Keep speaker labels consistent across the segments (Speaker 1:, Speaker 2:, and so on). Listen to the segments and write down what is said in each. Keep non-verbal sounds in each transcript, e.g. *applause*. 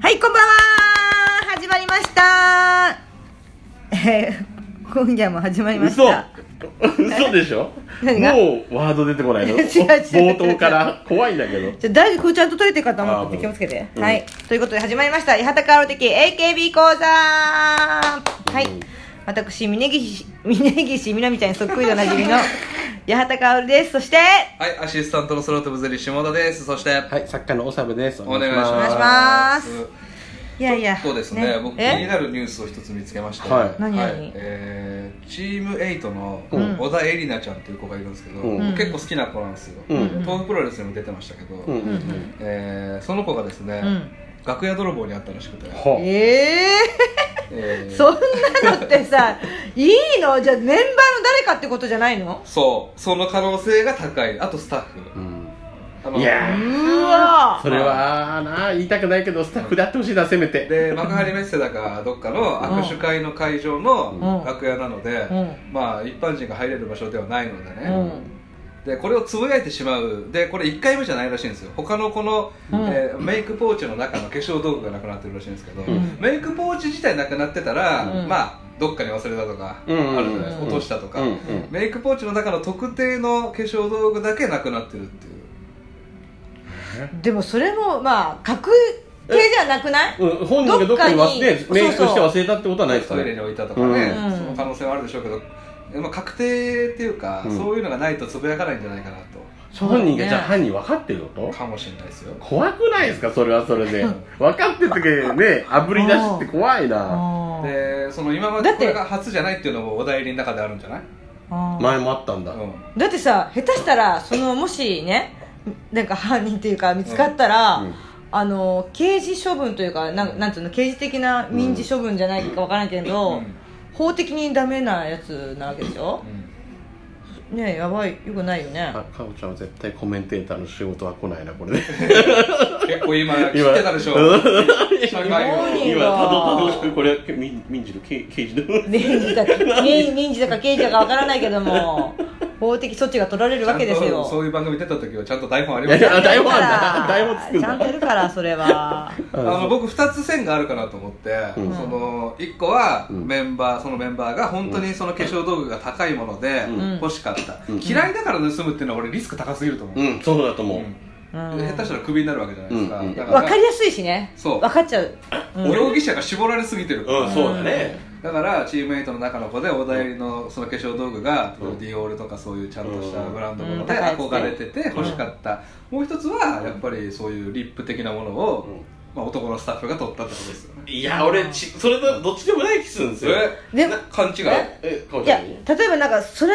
Speaker 1: はい、こんばんは始まりました *laughs* えー、今夜も始まりまし
Speaker 2: 嘘
Speaker 1: た。
Speaker 2: 嘘でしょ
Speaker 1: 何が
Speaker 2: もうワード出てこないの
Speaker 1: *laughs* 違う違う
Speaker 2: 冒頭から怖いんだけど
Speaker 1: じゃあ、大丈夫、これちゃんと取れてるかと思って
Speaker 2: あー
Speaker 1: 気をつけて。
Speaker 2: うん
Speaker 1: はい。ということで始まりました。八幡薫的 AKB 講座はい
Speaker 2: うん。
Speaker 1: 私、峯岸、峯岸みなみちゃんにそっくりでおなじみ
Speaker 3: *laughs*
Speaker 1: の八幡薫です。そして、
Speaker 3: はい、アシスタントのスロートブゼリー下田です。そして、
Speaker 2: はい作家のおさぶです
Speaker 3: お願いし
Speaker 1: お願いし
Speaker 3: ま
Speaker 1: ます
Speaker 3: す。
Speaker 1: いやいや。
Speaker 3: そうですね僕気に
Speaker 1: え
Speaker 3: なるニュースを一つ見つけまして、
Speaker 2: はい
Speaker 1: 何々
Speaker 3: えーチーム8の
Speaker 2: うん
Speaker 3: 小田絵里奈ちゃんという子がいるんですけど、
Speaker 2: うん
Speaker 3: 僕結構好きな子なんですよ、
Speaker 2: うん
Speaker 3: 東北プロレスにも出てましたけど、
Speaker 2: うんうん
Speaker 3: えーその子がですね、
Speaker 1: うん
Speaker 3: 楽屋泥棒にあったらしくて、
Speaker 2: はあ
Speaker 1: え
Speaker 3: え
Speaker 1: ー、
Speaker 3: ー
Speaker 1: そんなのってさ、いいのじゃあ、メンバーの誰かってことじゃないの
Speaker 3: そうその可能性が高いあとスタッフ
Speaker 2: うん
Speaker 3: あ
Speaker 2: いや
Speaker 1: う
Speaker 2: ー
Speaker 1: ーわ
Speaker 2: それはなあ言いたくないけどスタッフであってほしいなせめて
Speaker 3: で幕張メッセだかどっかの握手会の会場
Speaker 1: うん
Speaker 3: の楽屋なので、
Speaker 1: う
Speaker 3: まあ一般人が入れる場所ではないので
Speaker 1: う
Speaker 3: ね、
Speaker 1: ん。
Speaker 3: でこれをつぶやいてしまうでこれ1回目じゃないらしいんですよ他のこの、
Speaker 1: うん
Speaker 3: えーメイクポーチの中の化粧道具がなくなってるらしいんですけど、
Speaker 2: ん
Speaker 3: メイクポーチ自体なくなってたら、
Speaker 1: うん
Speaker 3: まあどっかに忘れたとか、
Speaker 2: うんうんうん
Speaker 3: あるじゃないですか落としたとか、
Speaker 2: うんうん
Speaker 3: メイクポーチの中の特定の化粧道具だけなくなってるっていう
Speaker 1: でもそれもまあ確定じゃなくない
Speaker 2: うん本人がどっかに忘れ
Speaker 1: どっかに
Speaker 2: メイクして忘れたってことはないですか
Speaker 3: トイレに
Speaker 2: ね
Speaker 3: 置いたとかね、
Speaker 1: うん
Speaker 3: その可能性はあるでしょうけど、まあ、確定っていうか、
Speaker 2: うん
Speaker 3: そういうのがないとつぶやかないんじゃないかなと
Speaker 2: 本人が
Speaker 1: ね
Speaker 2: じゃあ犯人分かってること
Speaker 3: かもしれないですよ
Speaker 2: 怖くないですかそれはそれで分かってる時ねあぶり出しって怖いな
Speaker 1: あー
Speaker 3: でその今
Speaker 1: だ
Speaker 3: まで
Speaker 1: って
Speaker 3: これが初じゃないっていうのもお代理の中であるんじゃない、
Speaker 1: あー
Speaker 2: 前もあったんだ
Speaker 3: う
Speaker 1: だってさ下手したらそのもしねなんか犯人っていうか見つかったら、
Speaker 2: うん
Speaker 1: あの刑事処分というかなんなんていうの刑事的な民事処分じゃないかわからんけど、
Speaker 3: うん
Speaker 1: 法的にダメなやつなわけでしょ
Speaker 3: ん、うん
Speaker 1: ねえやばいよくないよね
Speaker 2: あかおちゃんは絶対コメンテーターの仕事は来ないなこれね
Speaker 3: 結構今切ってたでしょ社会を
Speaker 1: すごい
Speaker 2: 今たどたどしくこれ民民事の刑刑事の
Speaker 1: 民事だ
Speaker 2: *laughs*
Speaker 1: か民民事だか刑事だかわからないけども法的措置が取られるわけです
Speaker 3: ちゃん
Speaker 1: よ
Speaker 3: とそういう番組出た時はちゃんと台本あり
Speaker 2: い
Speaker 3: ま
Speaker 2: や
Speaker 3: し
Speaker 2: いや
Speaker 3: た
Speaker 2: 台本あん
Speaker 1: だ
Speaker 2: だ台本作るん
Speaker 1: ちゃんとや
Speaker 2: だ
Speaker 1: るからそれは
Speaker 3: あの僕2つ線があるかなと思って、
Speaker 2: うん
Speaker 3: その1個は
Speaker 2: うん
Speaker 3: メンバーそのメンバーが本当にその化粧道具が高いもので
Speaker 2: うん
Speaker 3: 欲しかっ
Speaker 2: うん
Speaker 3: た、嫌いだから盗むっていうのは俺リスク高すぎると思う、
Speaker 2: うんそうだと思う、
Speaker 1: うん
Speaker 3: で下手したらクビになるわけじゃないですか、
Speaker 2: うんうん
Speaker 3: だから
Speaker 1: 分かりやすいしね
Speaker 3: そう
Speaker 1: 分かっちゃう、うん
Speaker 3: 容疑者が絞られすぎてる、
Speaker 2: うん、そうだね、
Speaker 3: だからチームメイトの中の子でお題のその化粧道具が、
Speaker 2: うん
Speaker 3: ディオールとかそういうちゃんとしたブランドもので
Speaker 1: うん
Speaker 3: 憧れてて欲しかった、もう一つはやっぱりそういうリップ的なものを、
Speaker 2: うん
Speaker 3: まあ、男のスタッフが取ったってことですよね
Speaker 2: いや俺ちそれとどっちでもない気するんですよ
Speaker 3: え
Speaker 1: で
Speaker 3: な勘違い
Speaker 1: え
Speaker 2: えかお
Speaker 1: い
Speaker 2: ちゃ
Speaker 1: や
Speaker 2: んに
Speaker 1: 例えばなんかそれ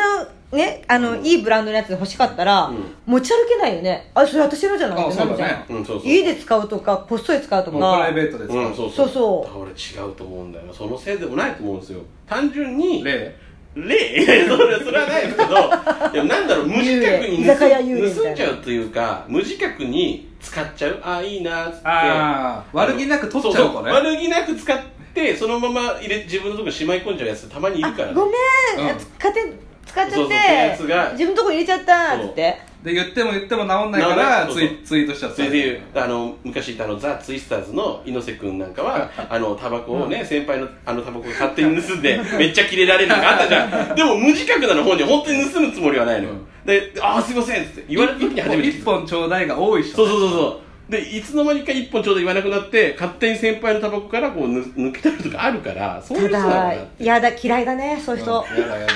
Speaker 1: をねあの、
Speaker 2: うん
Speaker 1: いいブランドのやつが欲しかったら、
Speaker 2: うん
Speaker 1: 持ち歩けないよねあそれ私のじゃない
Speaker 3: あ
Speaker 1: ってな
Speaker 3: そ
Speaker 1: る
Speaker 3: う
Speaker 1: じゃ
Speaker 3: だ
Speaker 1: ん、
Speaker 3: ね
Speaker 2: うんそうそう
Speaker 1: 家で使うとかこっそり使うと
Speaker 3: もうプ
Speaker 1: か
Speaker 3: ライベートですか
Speaker 2: う
Speaker 3: ら、
Speaker 2: ん、そう
Speaker 1: そ
Speaker 2: そう
Speaker 1: うそう
Speaker 2: だから俺違うと思うんだよなそのせいでもないと思うんですよ単純に
Speaker 3: 例
Speaker 2: *laughs* 例いやそれそれはないですけどいやなんだろう無自覚
Speaker 1: 幽
Speaker 2: に
Speaker 1: 霊居酒屋幽霊みたいな
Speaker 2: 盗ん盗んじゃうというか無自覚に使っちゃうああいいなーっつって
Speaker 3: ああ悪気なく取っちゃう子ね
Speaker 2: そそ悪気なく使ってそのまま入れ自分のとこにしまい込んじゃうやつたまにいるからね
Speaker 1: ごめん、
Speaker 3: うん
Speaker 1: 使って使っち
Speaker 2: そ
Speaker 1: ゃっ
Speaker 2: うそうそうや
Speaker 1: て
Speaker 2: つが
Speaker 1: 自分のとこ入れちゃったっつって
Speaker 3: で言っても言っても治んないから
Speaker 2: 治ん
Speaker 3: ツ
Speaker 2: ないそう
Speaker 3: イツイートしちゃった
Speaker 2: それでいうあの昔いたあのザ・ツイスターズの猪瀬君なんかはあのタバコをね、先輩のあのタバコを勝手に盗んで *laughs* めっちゃキレられるのがあったじゃんでも無自覚なの本人本当に盗むつもりはないのよ、
Speaker 3: うん
Speaker 2: で「ああすいません」っつって言われた時に初めて気づい
Speaker 3: 一
Speaker 2: た
Speaker 3: 本ちょうだいが多い人
Speaker 2: そうそうそうそうでいつの間にか一本ちょうど言わなくなって勝手に先輩のタバコからこう抜抜けたりとかあるからそういう
Speaker 1: た
Speaker 2: 人なのか
Speaker 1: だ
Speaker 2: な
Speaker 1: 嫌だ嫌いだねそういう人
Speaker 3: うん、やだやだやだ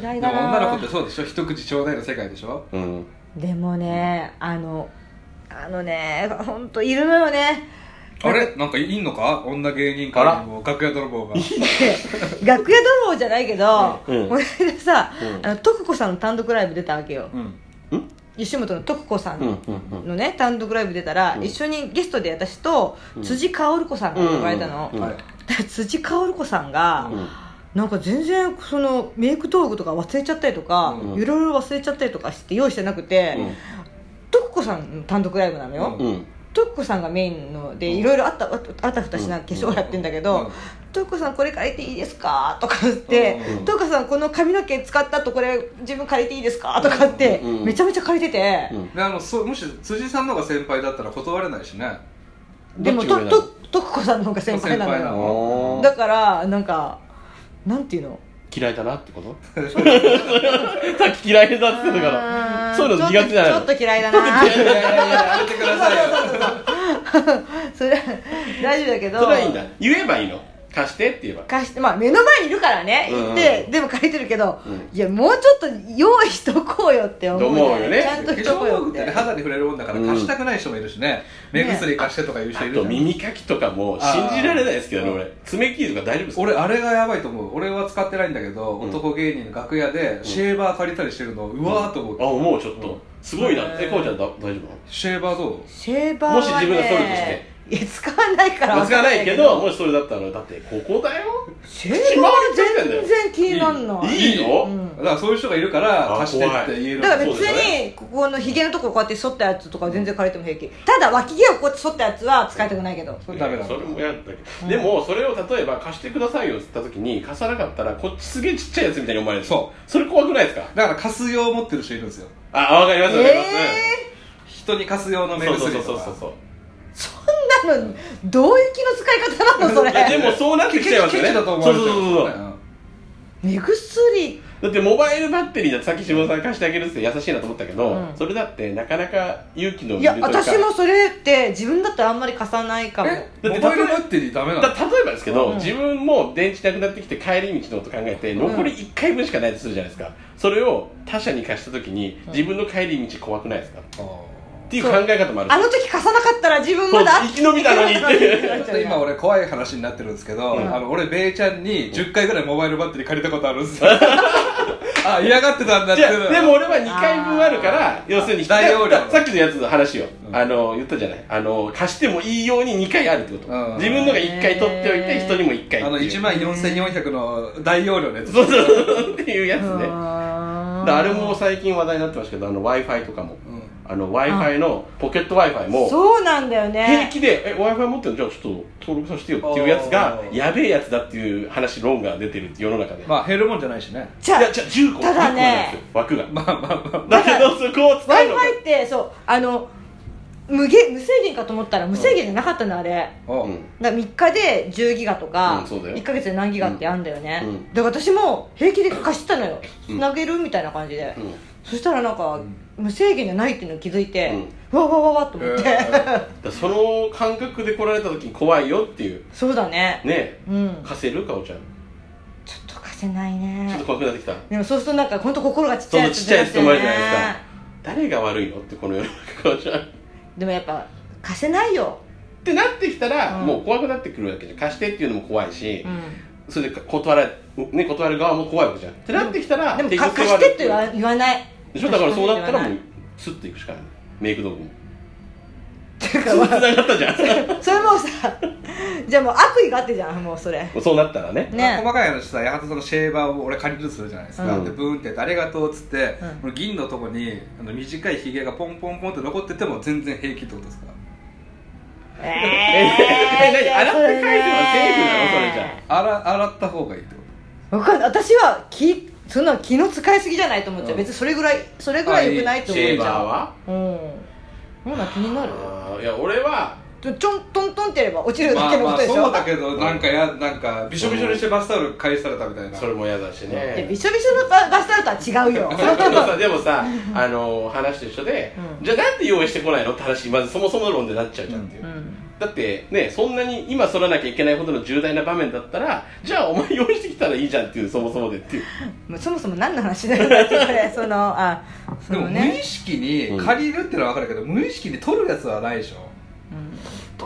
Speaker 1: 嫌い
Speaker 3: で
Speaker 1: だ
Speaker 3: も
Speaker 1: な
Speaker 3: 女の子ってそうでしょ一口ちょうだいの世界でしょ
Speaker 2: うん
Speaker 1: でもねあのあのね本当いるのよね
Speaker 3: あれなんかいんのか女芸人からも楽屋泥棒が
Speaker 1: って楽屋泥棒じゃないけど、
Speaker 2: うんうん
Speaker 1: この間さ、
Speaker 2: うん
Speaker 1: あの徳子さんの単独ライブ出たわけよ、
Speaker 3: うん
Speaker 1: 吉本の徳子さん
Speaker 2: うん
Speaker 1: の
Speaker 2: うん
Speaker 1: ね、単独ライブ出たら、
Speaker 2: うん
Speaker 1: 一緒にゲストで私と辻薫子さんが呼ばれたの、
Speaker 2: うんうんうん
Speaker 3: はい
Speaker 1: だから辻薫子さんが、
Speaker 2: うん
Speaker 1: なんか全然そのメイク道具とか忘れちゃったりとか、
Speaker 2: うん
Speaker 1: いろいろ忘れちゃったりとかして用意してなくて、
Speaker 2: うん
Speaker 1: 徳子さんの単独ライブなのよ、
Speaker 3: うん
Speaker 2: うん
Speaker 1: トッコさんがメインのでいろいろあったああたふたしながら化粧をやってんだけ
Speaker 3: うん
Speaker 1: ど「トッコさんこれ借りていいですか?」とか言って
Speaker 3: うん
Speaker 2: う
Speaker 1: 「
Speaker 2: ん
Speaker 1: トッコさんこの髪の毛使ったとこれ自分借りていいですか?」とかって
Speaker 2: うん
Speaker 1: めちゃめちゃ借りてて
Speaker 2: うん
Speaker 3: であのそうもし辻さんの方が先輩だったら断れないしね
Speaker 1: でも
Speaker 2: どっ
Speaker 1: と
Speaker 2: ちが上なの
Speaker 1: と徳子さんの方が先輩なの
Speaker 3: 先輩な
Speaker 1: よ
Speaker 3: の
Speaker 2: あ
Speaker 1: だ
Speaker 2: ー
Speaker 1: からなんかなんていうの
Speaker 2: 嫌いだなってこと *laughs* さっき嫌いだって言ってたからそういうの苦手じゃない
Speaker 1: ちょ
Speaker 2: の
Speaker 1: っとちょっと嫌いだな
Speaker 3: いやいやいややめてくださいよ
Speaker 1: *laughs* それは大丈夫だけど
Speaker 2: それはいいんだ言えばいいの貸してって言えば
Speaker 1: 貸してまあ目の前にいるからね
Speaker 2: うんうん
Speaker 1: 行って、でも借りてるけど、
Speaker 2: うん
Speaker 1: いやもうちょっと用意しとこうよって思う
Speaker 2: と思うよね
Speaker 1: ちゃん
Speaker 3: 化
Speaker 1: としとこ
Speaker 3: 粧
Speaker 1: う
Speaker 3: 道
Speaker 1: よ
Speaker 3: 具
Speaker 1: っ
Speaker 3: って
Speaker 1: て
Speaker 3: 肌に触れるもんだから
Speaker 2: うん
Speaker 3: 貸したくない人もいるしね目薬貸してとか言う人い
Speaker 2: あ
Speaker 3: るじゃ
Speaker 2: と
Speaker 3: ん
Speaker 2: 耳かきとかも信じられないですけどね
Speaker 3: あー
Speaker 2: 俺爪切りとか大丈夫ですか
Speaker 3: 俺あれがやばいと思う俺は使ってないんだけど、
Speaker 2: うん
Speaker 3: 男芸人の楽屋でシェーバー借りたりしてるのうわーっと思う、
Speaker 2: あ思うちょっと、
Speaker 3: うん
Speaker 2: すごいな
Speaker 3: へ
Speaker 2: え
Speaker 3: ー
Speaker 2: こうちゃんだ大丈夫なの
Speaker 3: シェーバーど
Speaker 1: シェーバーは、ね、
Speaker 2: もし自分が取るとして
Speaker 1: いや使わないから
Speaker 2: まあ
Speaker 1: わ
Speaker 2: 使わ
Speaker 1: かん
Speaker 2: ないけどもしそれだったらだってここだよ
Speaker 1: シェーバー全然気になんない
Speaker 2: いいの、
Speaker 1: うん
Speaker 3: うだからそういう人がいるから
Speaker 2: あ
Speaker 3: 貸してって言える
Speaker 1: だから別
Speaker 2: そうだ
Speaker 1: にここのひげのところこうやって剃ったやつとかは全然借りても平気ただ脇毛をこうやって剃ったやつは使いたくないけど
Speaker 3: それダメなの
Speaker 2: それもやんだけど、でもそれを例えば貸してくださいよって言った時に貸さなかったらこっちすげえちっちゃいやつみたいに思われる
Speaker 3: そう
Speaker 2: それ怖くないですか
Speaker 3: だから貸す用持ってる人いるんですよ
Speaker 2: あわかりますわかります、
Speaker 3: 人に貸す用の目
Speaker 2: そう
Speaker 3: 薬
Speaker 2: そうそ
Speaker 3: と
Speaker 2: う
Speaker 3: か
Speaker 2: そうそう
Speaker 1: そんなのどういう気の使い方なのそ
Speaker 2: いやで
Speaker 1: れ
Speaker 2: もそうなってきちゃいますよね
Speaker 3: ケチだと思
Speaker 2: そ
Speaker 3: わ
Speaker 2: う
Speaker 3: れ
Speaker 2: そう
Speaker 3: てる
Speaker 2: そうそう
Speaker 1: 目薬
Speaker 2: だってモバイルバッテリーだってさっき下田さん貸してあげるって優しいなと思ったけど、
Speaker 1: うん
Speaker 2: それだってなかなか勇気のい
Speaker 1: い
Speaker 2: る
Speaker 1: や
Speaker 2: というか
Speaker 1: 私もそれって自分だったらあんまり貸さないかも
Speaker 3: えモバイルバッテリーダメな
Speaker 2: だ
Speaker 3: の
Speaker 2: 例えばですけど、
Speaker 1: うん
Speaker 2: 自分も電池なくなってきて帰り道のこと考えて残り1回分しかないとするじゃないですか、それを他社に貸した時に自分の帰り道怖くないですか、っていう考え方もある
Speaker 1: あの時貸さなかったら自分まだ
Speaker 2: そう生き延びたのにって
Speaker 3: ちょっと今俺怖い話になってるんですけど、
Speaker 1: ん
Speaker 3: あの俺ベイちゃんに10回ぐらいモバイルバッテリー借りたことある
Speaker 2: *laughs*
Speaker 3: んですよあ嫌がってたんだって
Speaker 2: じゃ
Speaker 3: いう
Speaker 2: あでも俺は2回分あるから要するに
Speaker 3: 大容量
Speaker 2: ださっきのやつの話を、
Speaker 3: うん
Speaker 2: あの言ったじゃないあの貸してもいいように2回あるってこと、
Speaker 3: うん
Speaker 2: 自分のが1回取っておい
Speaker 1: へ
Speaker 2: て
Speaker 1: ー
Speaker 2: 人にも1回っていう
Speaker 3: あの1万4400の大容量のやつ
Speaker 2: そうそうそうっていうやつねだか
Speaker 1: あ
Speaker 2: らあれも最近話題になってますけど w i f i とかも
Speaker 3: うん
Speaker 2: あの w i f i のポケット w i f i も
Speaker 1: そうなんだよ
Speaker 2: 平
Speaker 1: ね
Speaker 2: 気で「え w i f i 持ってるのじゃあちょっと登録させてよ」っていうやつが
Speaker 3: あー
Speaker 2: やべえやつだっていう話論が出てる世の中で、
Speaker 3: まあ減るもんじゃないしね
Speaker 1: じゃ
Speaker 2: い
Speaker 1: あ
Speaker 2: やじゃあ10個
Speaker 1: ただね
Speaker 2: 10個なんですよ枠が
Speaker 3: まあまあま
Speaker 2: だ
Speaker 3: あ
Speaker 2: けどそこを
Speaker 1: w
Speaker 2: 使
Speaker 1: i
Speaker 2: う
Speaker 1: f
Speaker 2: のが
Speaker 1: i ってそうあの無限無制限かと思ったら無制限じゃなかったのあれ
Speaker 3: お
Speaker 2: *laughs*
Speaker 3: う
Speaker 2: うん
Speaker 1: だから3日で10ギガとか、
Speaker 2: うんそうだよ
Speaker 1: 1ヶ月で何ギガってあんだよね、
Speaker 2: うんうん
Speaker 1: だから私も平気で貸してたのよ
Speaker 2: う
Speaker 1: つ
Speaker 2: ん
Speaker 1: なげるみたいな感じで、
Speaker 2: うん
Speaker 1: そしたらなんか、
Speaker 3: ん
Speaker 1: 無制限じゃないっていうのに気づいて、わわわわわと思って、
Speaker 3: え
Speaker 2: だからその感覚で来られた時に怖いよっていう
Speaker 1: そうだね
Speaker 2: ね
Speaker 1: うん
Speaker 2: 貸せるかおちゃん
Speaker 1: ちょっと貸せない
Speaker 2: ちょっ
Speaker 1: ね
Speaker 2: と怖くなってきた
Speaker 1: でもそうするとなんか本当心がちっち
Speaker 2: そ
Speaker 1: ゃい
Speaker 2: の
Speaker 1: や
Speaker 2: ち
Speaker 1: つ
Speaker 2: っちゃいやつ
Speaker 1: 出
Speaker 2: 止まる
Speaker 1: て
Speaker 2: じゃ
Speaker 1: ね
Speaker 2: ないですか誰が悪いのってこの世の中かおちゃん
Speaker 1: でもやっぱ貸せないよ、
Speaker 2: ってなってきたら、
Speaker 1: うん
Speaker 2: もう怖くなってくるわけじゃん貸してっていうのも怖いし、
Speaker 1: うん、
Speaker 2: それで断られ、ね、断る側も怖いわけじゃんってなってきたら
Speaker 1: でも
Speaker 2: 手
Speaker 1: か
Speaker 2: こそ
Speaker 1: 貸
Speaker 2: 悪い
Speaker 1: してって言わ言わない
Speaker 2: でしょだからそうなったらも
Speaker 1: も
Speaker 2: うスッといくしかないメイク道具も
Speaker 1: てか
Speaker 2: つ
Speaker 1: ま
Speaker 2: な
Speaker 1: あ
Speaker 2: がったじ
Speaker 1: *laughs*
Speaker 2: ゃん
Speaker 1: それもうさじゃあもう悪意があってじゃんもうそれ
Speaker 2: もうそうなったらね
Speaker 1: ね
Speaker 3: 細かい話さ八幡さんのシェーバーを俺借りるとするじゃないですか、
Speaker 2: うん
Speaker 3: でブーンってやって「ありがとう」っつって、
Speaker 1: うん
Speaker 3: この銀のとこにあの短いひげがポンポンポンって残ってても全然平気ってことですか
Speaker 1: えー
Speaker 2: え何洗って返すのはセーフなのそれじゃ
Speaker 3: 洗洗った方がいいってこ
Speaker 1: わかんない私は気そんな気の使いすぎじゃないと思っちゃう、
Speaker 3: うん
Speaker 1: 別にそれぐらいそれぐらい良くないと
Speaker 2: シ
Speaker 1: 思っ
Speaker 2: ェー
Speaker 1: ち
Speaker 2: バー
Speaker 1: ゃう
Speaker 2: は
Speaker 1: うんそんな気になる
Speaker 2: あーいや俺は
Speaker 1: ちょちょんとんとんってやれば落ち
Speaker 3: と
Speaker 1: るだけのことでしょ、
Speaker 3: そうだけどなんかやなんかびしょびしょにしてバスタオル返されたみたいな
Speaker 2: それも嫌だし
Speaker 1: いやび
Speaker 2: ね
Speaker 1: しょびしょのババスタオル
Speaker 3: *laughs*
Speaker 1: とは違うよそれ
Speaker 2: で
Speaker 1: 多
Speaker 2: も
Speaker 1: 分
Speaker 2: さでもさあの話と一緒で、
Speaker 1: うん
Speaker 2: じゃあなんで用意してこないのって話まずそもそもの論でなっちゃうじゃんっていう、
Speaker 1: うん
Speaker 2: だってねそんなに今剃らなきゃいけないほどの重大な場面だったらじゃあお前用意してきたらいいじゃんっていうそもそもでっていう
Speaker 1: もうそもそも何の話だよだってこ
Speaker 3: *laughs*
Speaker 1: れそのあそ
Speaker 3: でも
Speaker 1: の
Speaker 3: 無
Speaker 1: ね
Speaker 3: 意識に借りるってのは分かるけど、無意識に取るやつはないでしょ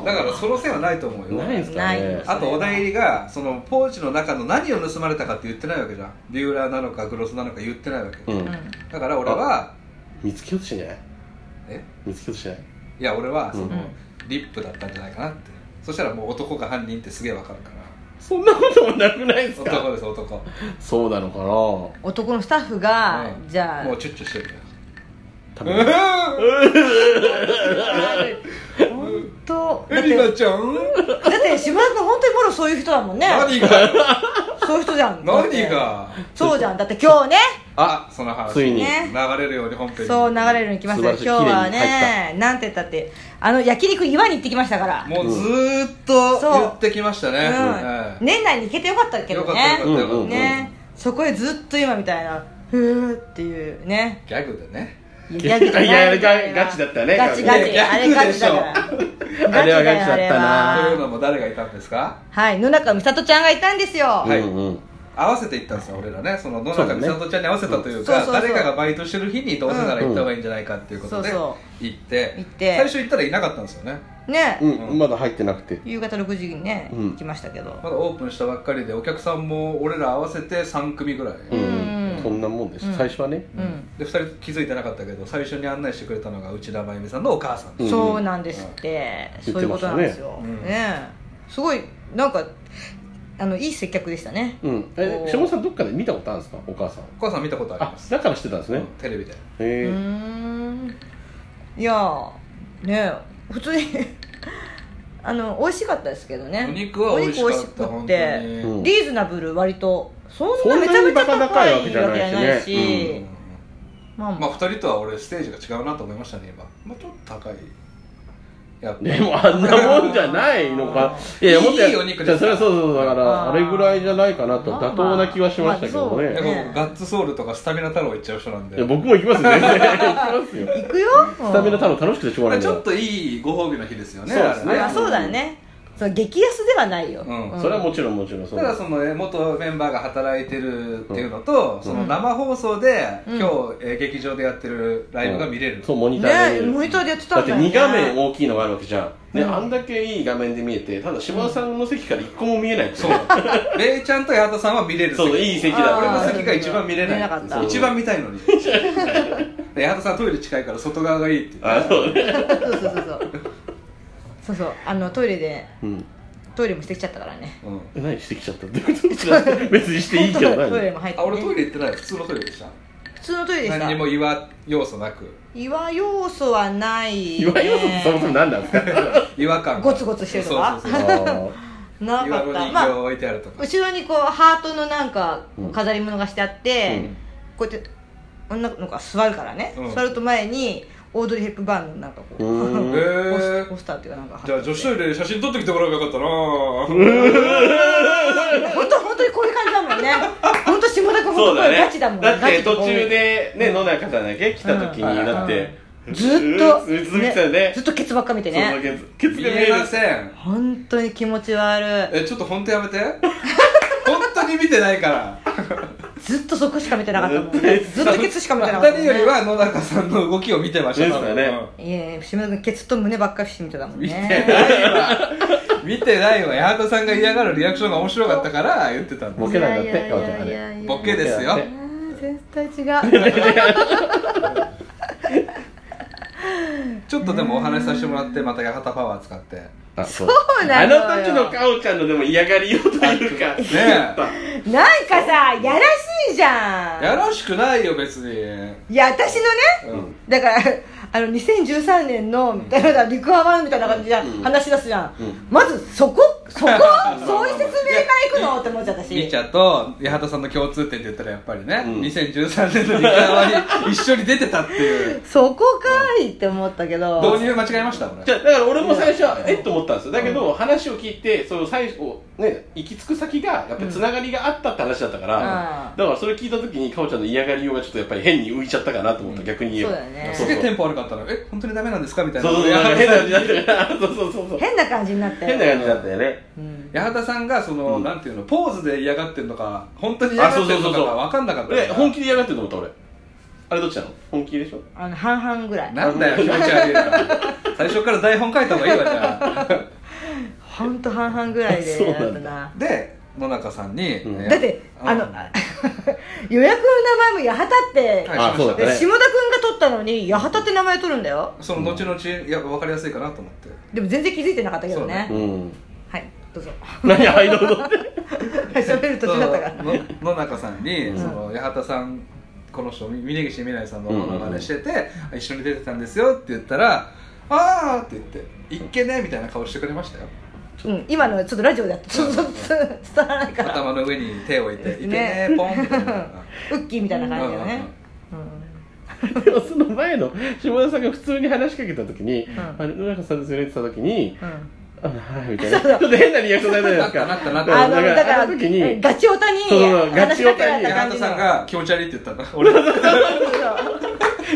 Speaker 3: だからその線はないと思うよ
Speaker 2: ないんすか
Speaker 1: ない
Speaker 2: ね
Speaker 3: あとお題がそのポーチの中の何を盗まれたかって言ってないわけじゃんビューラーなのかグロスなのか言ってないわけ、
Speaker 2: うん、
Speaker 1: うん、
Speaker 3: だから俺は
Speaker 2: 見つけようとしてんじゃない
Speaker 3: え
Speaker 2: 見つけようとしてない
Speaker 3: いや俺はその、
Speaker 2: うん
Speaker 3: リップだったんじゃないかなってそしたらもう男が犯人ってすげえ分かるから
Speaker 2: そんなこともなくないですか
Speaker 3: 男です男
Speaker 2: そうなのか
Speaker 1: 男のスタッフが、
Speaker 3: うん
Speaker 1: じゃあ
Speaker 3: もうチュッチュしてるよ
Speaker 2: な多分
Speaker 3: *laughs* う
Speaker 1: 本当だ
Speaker 3: ん *laughs*
Speaker 1: っ
Speaker 3: エリ
Speaker 1: てだ
Speaker 3: ナちゃん
Speaker 1: って島田君本当にもろそういう人だもんね
Speaker 3: 何がよ
Speaker 1: そうそういう人じゃん
Speaker 3: 何が
Speaker 1: そうじゃんだって今日ね
Speaker 3: あその話
Speaker 2: ついに
Speaker 1: ね
Speaker 3: 流れるように本編に
Speaker 1: そう流れるに来ましたよ
Speaker 2: 素晴
Speaker 1: 今
Speaker 2: らし
Speaker 1: 日は
Speaker 2: い綺
Speaker 1: ね
Speaker 2: 麗に
Speaker 1: なんて言ったってあの焼肉岩に行ってきましたから
Speaker 3: もうずーっと
Speaker 1: そう
Speaker 3: 言ってきましたね、
Speaker 1: うん
Speaker 3: ええ
Speaker 1: 年内に行けてよかったけど
Speaker 3: よかったよ
Speaker 1: ね
Speaker 3: かったよかった、
Speaker 2: うん
Speaker 1: ねそこへずっと今みたいなふーっていうね
Speaker 3: ギャグでね
Speaker 1: ギ
Speaker 2: や
Speaker 1: ャグじゃない
Speaker 2: いやガガチだったね
Speaker 1: ガチガ
Speaker 2: *laughs*
Speaker 3: い
Speaker 1: チ
Speaker 3: や
Speaker 1: あれガチだから
Speaker 2: あれは
Speaker 1: だよ
Speaker 2: ガチだったな
Speaker 1: あれは
Speaker 3: というのも誰がいたんですか
Speaker 1: はい野中美里ちゃんがいたんですよ、
Speaker 3: はい
Speaker 2: うんうん
Speaker 3: 合わせていったんですよ俺らねその野中美里ちゃんに合わせたという
Speaker 1: そうだ
Speaker 3: か
Speaker 1: ねそうそうそう
Speaker 3: 誰かがバイトしてる日にどうせなら行った方がいいんじゃないかっていうことで
Speaker 1: うんそう
Speaker 3: 行って
Speaker 1: 行って
Speaker 3: 最初行ったらいなかったんですよね
Speaker 1: ね、
Speaker 2: うん、まだ入ってなくて
Speaker 1: 夕方6時にね、
Speaker 2: うん
Speaker 1: 行きましたけど
Speaker 3: まだオープンしたばっかりでお客さんも俺ら合わせて3組ぐらい、
Speaker 2: うんん、そんなもんです、
Speaker 1: うん
Speaker 2: 最初はね
Speaker 1: うん、
Speaker 3: で2人気づいてなかったけど最初に案内してくれたのが内田真由美さんのお母さんで
Speaker 2: うん
Speaker 1: そうなんですって、
Speaker 2: うん
Speaker 1: そういうことなんですよ、
Speaker 3: 言ってま
Speaker 1: ね
Speaker 3: したね
Speaker 1: すごいなんかあのいい接客でしたね
Speaker 2: うんえ
Speaker 1: おー
Speaker 2: 下村さんどっかで見たことあるんですかお母さん
Speaker 3: お母さん見たことあり
Speaker 2: あ
Speaker 3: ます
Speaker 2: だから知ってたんですね、
Speaker 3: テレビで
Speaker 1: うー
Speaker 2: へえ
Speaker 1: んいやーね普通に *laughs* あの美味しかったですけどね
Speaker 3: お肉は美味しかった
Speaker 1: お肉美味しく
Speaker 3: 本当
Speaker 1: って
Speaker 3: に、
Speaker 2: うん
Speaker 1: リーズナブル割とそん
Speaker 2: そ
Speaker 1: なん
Speaker 2: な
Speaker 1: め
Speaker 2: に
Speaker 1: ちゃめちゃ
Speaker 2: バ
Speaker 1: 高
Speaker 2: カ高
Speaker 1: い
Speaker 2: い
Speaker 1: わ
Speaker 2: わ
Speaker 1: け
Speaker 2: け
Speaker 1: じ
Speaker 2: じ
Speaker 1: ゃな
Speaker 2: ゃないい
Speaker 1: し,、
Speaker 2: しね
Speaker 3: うん
Speaker 1: まあま
Speaker 3: ま
Speaker 1: あ
Speaker 3: あ2人とは俺ステージが違うなと思いましたね今、まあ、ちょっと高いやっぱ
Speaker 2: でもあんなもんじゃないのか
Speaker 3: いい
Speaker 2: やもっとや
Speaker 3: いいお肉
Speaker 2: じ
Speaker 3: です
Speaker 2: ゃあそれはそうそうそうだか
Speaker 1: あ
Speaker 2: ら
Speaker 1: ー
Speaker 2: あれぐらいじゃないかなと
Speaker 1: まあまあ
Speaker 2: 妥当な気はしましたけどね,、
Speaker 1: まあ
Speaker 3: で
Speaker 1: そう
Speaker 3: も僕ガッツソウルとかスタミナ太郎行っちゃう人なんで
Speaker 2: いや僕も行きますよ全然行きますよ
Speaker 1: 行くよ
Speaker 2: スタミナ太郎楽しくてしょうがないん
Speaker 3: ち
Speaker 2: だ
Speaker 3: ょっ
Speaker 2: か
Speaker 3: といいご褒美の日ですよね
Speaker 2: そうですね
Speaker 1: まあ
Speaker 3: あれ
Speaker 1: そうだよねそう激安ではないよ、
Speaker 3: うん
Speaker 2: らそれはもちろんもちろんそう
Speaker 3: ただそのえー元メンバーが働いてるっていうのと、その生放送で、
Speaker 1: うん
Speaker 3: 今日えー劇場でやってるライブが見れる、
Speaker 2: そうモニターで見れる
Speaker 1: ねモニターでやってたんだよね
Speaker 2: って2画面大きいのがあるわけじゃん、ね
Speaker 1: うん
Speaker 2: あんだけいい画面で見えてただ島田さんの席から一個も見えないって
Speaker 3: そうレイちゃんと矢田さんは見れる
Speaker 2: そういい席
Speaker 1: あー
Speaker 2: だ
Speaker 3: 俺
Speaker 2: 俺
Speaker 3: の
Speaker 2: の
Speaker 3: 席が一番見れない
Speaker 1: 見れなかった
Speaker 3: そう一番見たい
Speaker 2: *laughs*
Speaker 3: のにで矢田さんトイレ近いから外側がいいって言
Speaker 2: *laughs*
Speaker 3: って
Speaker 2: あそうね
Speaker 1: *laughs* そうそうそうそうそうそうあのトイレで
Speaker 2: うん
Speaker 1: トイレもしてきちゃったからね
Speaker 3: うん
Speaker 2: え何してきちゃった *laughs* ってこと別にしていいけど
Speaker 1: *laughs* 本当だトイレ
Speaker 2: 何
Speaker 1: も入って、
Speaker 3: あ
Speaker 1: ね、
Speaker 3: 俺トイレ行ってない普通のトイレでした
Speaker 1: 普通のトイレでした
Speaker 3: 何にも岩要素なく
Speaker 1: *laughs* 岩要素はない、ね、
Speaker 2: 岩井さんそもそも何なんですか *laughs*
Speaker 3: 違和感が
Speaker 1: ゴツゴツしてるとか
Speaker 3: そう
Speaker 2: あ
Speaker 3: そうそう
Speaker 2: ー
Speaker 1: なかっ
Speaker 3: 岩の
Speaker 1: た
Speaker 3: 人
Speaker 1: ま
Speaker 3: 形
Speaker 1: あ
Speaker 3: 置いてあるとか、
Speaker 1: 後ろにこうハートのなんか
Speaker 2: うん
Speaker 1: 飾り物がしてあって、こうやって女の子が座るからね、
Speaker 3: うん
Speaker 1: 座ると前にオードリー・ヘップバーンのなんかこう
Speaker 2: うーん
Speaker 3: へ
Speaker 1: ポス
Speaker 3: ー
Speaker 1: ポスターっていうかなんか貼っ
Speaker 3: じゃあ
Speaker 1: てて
Speaker 3: 女子トイレで写真撮ってきてもらえばよかっ
Speaker 2: *laughs*
Speaker 3: たな
Speaker 1: 本当本当にこういう感じだもんね本当下田君本
Speaker 2: そう
Speaker 1: 当こ
Speaker 2: だ
Speaker 1: れ
Speaker 2: ね
Speaker 1: ガチだもんね
Speaker 2: だって
Speaker 1: ガ
Speaker 2: 途
Speaker 1: チ
Speaker 2: 中
Speaker 1: で
Speaker 2: でね野中さんだけ来た時に
Speaker 3: うん
Speaker 2: だって
Speaker 1: ずっと
Speaker 2: ずっと見てたよね
Speaker 1: ずっとケツばっか見て
Speaker 2: その
Speaker 1: ね
Speaker 2: ケツケツ
Speaker 3: 見
Speaker 2: が見
Speaker 3: え
Speaker 2: え
Speaker 3: ま
Speaker 2: る
Speaker 3: せん
Speaker 1: 本当に気持ち悪い
Speaker 3: えちょっと本当
Speaker 1: *laughs*
Speaker 3: やめて本当に見てないから
Speaker 1: ずっとそこしか見てなかったもんねずっとケツしか見てなかった
Speaker 3: 2
Speaker 1: も
Speaker 3: 人
Speaker 1: ん
Speaker 3: より
Speaker 1: ね
Speaker 3: は野中さんの動きを見てまし
Speaker 2: で
Speaker 3: た
Speaker 2: すよね
Speaker 3: 多分
Speaker 1: いやいや島田君ケツと胸ばっかりして見てたもん
Speaker 3: 見て
Speaker 1: ね
Speaker 3: ないわ見てないわ八幡さんが嫌がるリアクションが面白かったから言ってたんだ
Speaker 2: ボケなんだって
Speaker 1: いやいやいやいや
Speaker 2: 川ちゃんあれ
Speaker 3: ボケですよ
Speaker 1: あー絶対違う
Speaker 3: ちょっとでもお話しさせてもらってまた八幡パワー使ってね
Speaker 2: あそう
Speaker 1: うなのよ
Speaker 2: あの時のかおちゃんのでも嫌がりようというか
Speaker 3: え
Speaker 1: なんかさやらしいじゃん
Speaker 3: やらしくないよ別に
Speaker 1: いや私のね
Speaker 3: うん
Speaker 1: だからあの2013年のみたいな陸ハワみたいな感じで
Speaker 2: ん
Speaker 1: 話し出すじゃん、
Speaker 2: うん
Speaker 1: まずそこそ
Speaker 2: *laughs*
Speaker 1: こそういう説明からいくのって思っちゃった
Speaker 3: み
Speaker 1: し
Speaker 3: ちゃと八幡さんの共通点って言ったらやっぱりね、
Speaker 2: うん
Speaker 3: 2013年のリカワに一緒に出てたっていう
Speaker 1: そこかいって思ったけど
Speaker 3: 導入間違えました俺
Speaker 2: じゃあだから俺も最初はえっと思ったんですよだけど話を聞いてその最初ね行き着く先がやっぱりつながりがあったって話だったから、
Speaker 1: うん
Speaker 2: だからそれ聞いた時にかおちゃんの嫌がりようがちょっとやっぱり変に浮いちゃったかなと思った、
Speaker 3: うん
Speaker 2: 逆に言えば
Speaker 1: そうだよね
Speaker 2: そ
Speaker 3: す
Speaker 2: う
Speaker 3: げ
Speaker 2: そ
Speaker 3: え
Speaker 2: う
Speaker 3: テンポ悪かったのえ本当にダメなんですかみたいな
Speaker 2: そうそうそうなんか変な感じだったからそうそうそうそう
Speaker 1: 変な感じになって
Speaker 2: 変な感じだったよね
Speaker 1: うん、
Speaker 3: 八幡さんがその、
Speaker 2: うん
Speaker 3: なんていうのポーズで嫌がってるのか本当に嫌がってるのかが分かんなかった
Speaker 2: 俺本気で嫌がってると思った俺あれどっちなの本気でしょ
Speaker 1: あの半々ぐらい
Speaker 3: なんだよ気持ち悪いな最初から台本書いた方がいいわじゃあ
Speaker 1: ほんと半々ぐらいで
Speaker 2: *laughs* そう
Speaker 1: や
Speaker 2: な
Speaker 1: った
Speaker 2: んだ
Speaker 1: な
Speaker 3: で野中さんに、
Speaker 2: うん
Speaker 3: ね
Speaker 1: だってあの *laughs* 予約の名前も八幡って、
Speaker 3: はいあそうだった
Speaker 1: で
Speaker 3: ね
Speaker 1: 下田君が取ったのに八幡って名前取るんだよ
Speaker 3: その後々いや分かりやすいかなと思って
Speaker 1: でも全然気づいてなかったけどね
Speaker 2: う
Speaker 3: そ
Speaker 2: ん
Speaker 1: はいどうぞ *laughs*
Speaker 2: 何はいどうぞって
Speaker 1: 喋る途中だったから
Speaker 3: の野中さんに、
Speaker 1: ん
Speaker 3: その八幡さんこの人み峯岸みなりさんの
Speaker 2: うん
Speaker 3: ものまねしてて、一緒に出てたんですよって言ったら「ああ」って言って「いっけね」みたいな顔してくれましたよ
Speaker 1: うん、今のはちょっとラジオだとちょっと伝わらないから
Speaker 3: 頭の上に手を
Speaker 1: *laughs*
Speaker 3: 置いて「いてね
Speaker 1: ね
Speaker 3: ポン」
Speaker 1: *laughs*
Speaker 3: みたいな
Speaker 1: ウッキーみたいな感じだね、
Speaker 2: *laughs* でもその前の下田さんが普通に話しかけた時に、
Speaker 1: ん
Speaker 2: あの野中さんですよねって言った時に
Speaker 1: うん
Speaker 2: 「あはい」みたいなちょっと変なリアクションになるじゃないですか
Speaker 3: なったなった
Speaker 1: うんあの
Speaker 2: うん
Speaker 1: だから
Speaker 2: あの時に
Speaker 1: ガチオタに
Speaker 2: そうそう
Speaker 1: 話しかけられ
Speaker 3: で
Speaker 1: た
Speaker 3: 八
Speaker 1: 感
Speaker 3: 幡
Speaker 1: じ
Speaker 3: さん
Speaker 1: の
Speaker 3: が「気持ち悪い」って言ったの俺は
Speaker 2: *laughs*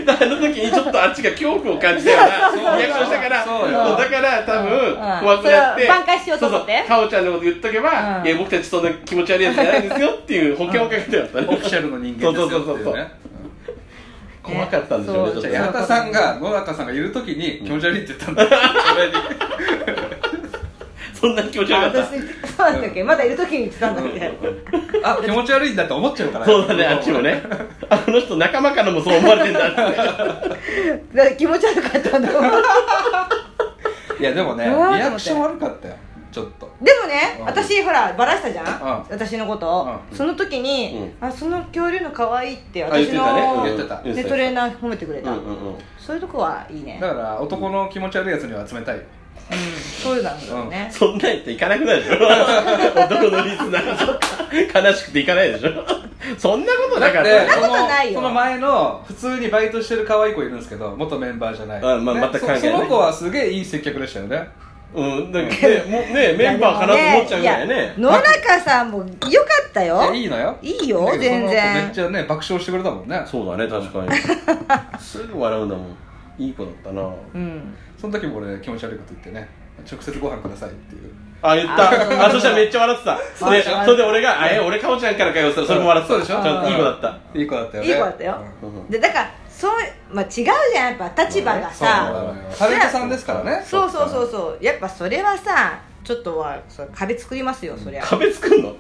Speaker 2: あの時にちょっとあっちが恐怖を感じたよ
Speaker 3: そ
Speaker 2: う
Speaker 3: うそ
Speaker 2: な
Speaker 3: う
Speaker 2: リアクションしたから
Speaker 3: そうよ
Speaker 2: そうだから多
Speaker 1: うん
Speaker 2: 分怖くなっ
Speaker 1: そ
Speaker 2: て
Speaker 1: れを挽回しようと思って
Speaker 2: そうそうかおちゃんのこと言っとけば、
Speaker 1: うん
Speaker 2: いや僕たちそんな気持ち悪いやつじゃないですよっていう保険をかけてやったね
Speaker 3: オフィシャルの人間ですよっていうね
Speaker 2: 怖かったんでしょうねちょっと
Speaker 3: じゃ
Speaker 2: ね
Speaker 3: あ八幡さんが野中さんがいる時に「気持ち悪い」って言ったんだよそれに
Speaker 2: そんな気持ち
Speaker 1: あ
Speaker 2: 悪かっ
Speaker 1: 私そうだったっけまだいる時に言ってたんだっけ
Speaker 3: あ *laughs* 気持ち悪いんだって思っちゃうか
Speaker 2: た
Speaker 3: ら
Speaker 2: そうだねあっちもねあの人仲間からもそう思われてんだっ
Speaker 1: *laughs*
Speaker 2: て
Speaker 1: だから気持ち悪かったんだもん
Speaker 3: いやでもねリ
Speaker 1: うわー
Speaker 3: アクション悪かったよちょっと
Speaker 1: でもね、
Speaker 3: うん
Speaker 1: 私ほらバラしたじゃん、
Speaker 3: うん
Speaker 1: 私のことを、
Speaker 3: うん
Speaker 1: その時に、あその恐竜の可愛いって
Speaker 2: あ言っ
Speaker 1: 私
Speaker 2: てたね
Speaker 1: の、
Speaker 2: うん
Speaker 3: 言ってた
Speaker 1: ね、トレーナー褒めてくれた、
Speaker 2: うんうんうん
Speaker 1: そういうとこはいいね、う
Speaker 3: だ
Speaker 1: ん、
Speaker 3: から男の気持ち悪いやつには冷たいよ
Speaker 1: そうなんだよね、
Speaker 2: そんなんやって行かなくなるでしょ *laughs* 男のリスナーとか悲しくて行かないでしょそんなことなかった
Speaker 1: そんなことないよ
Speaker 3: その前の普通にバイトしてる可愛い子いるんですけど元メンバーじゃない、
Speaker 2: うんまあ
Speaker 3: ね
Speaker 2: 全く関係ない
Speaker 3: そその子はすげえいい接客でしたよね
Speaker 2: うん、だけどね、もうね、メンバーかなと思っちゃうぐらいね。
Speaker 1: 野中さんもよかった
Speaker 3: い
Speaker 1: よ
Speaker 3: やいいのよ
Speaker 1: いいよ
Speaker 3: だけどその
Speaker 1: 全
Speaker 3: 子
Speaker 1: 然
Speaker 3: めっちゃね爆笑してくれたもんねそ
Speaker 2: そうだね、確かに。 *laughs* すぐ笑うんだもん。いい子だったな。
Speaker 1: うん
Speaker 3: の時も俺気持ち悪いこと言ってね直接ご飯くださいっていう
Speaker 2: あ、言った。あ、そしたらめっちゃ笑ってた。で、
Speaker 1: あ
Speaker 2: それで俺が、あ、え、俺かおちゃんからかよって言ったらそれも笑ってた。
Speaker 3: そうでしょ
Speaker 2: ちゃんといい子だった。
Speaker 3: いい子だったよね
Speaker 1: いい子だったよ
Speaker 3: うん
Speaker 2: うん
Speaker 1: でだからそう、まあ、違うじゃんやっぱ立場が
Speaker 3: そうな
Speaker 1: さ
Speaker 3: のよタレントさんですからね
Speaker 1: そうそうそうそうやっぱそれはさちょっとはそう壁作りますよそりゃ
Speaker 2: 壁作んの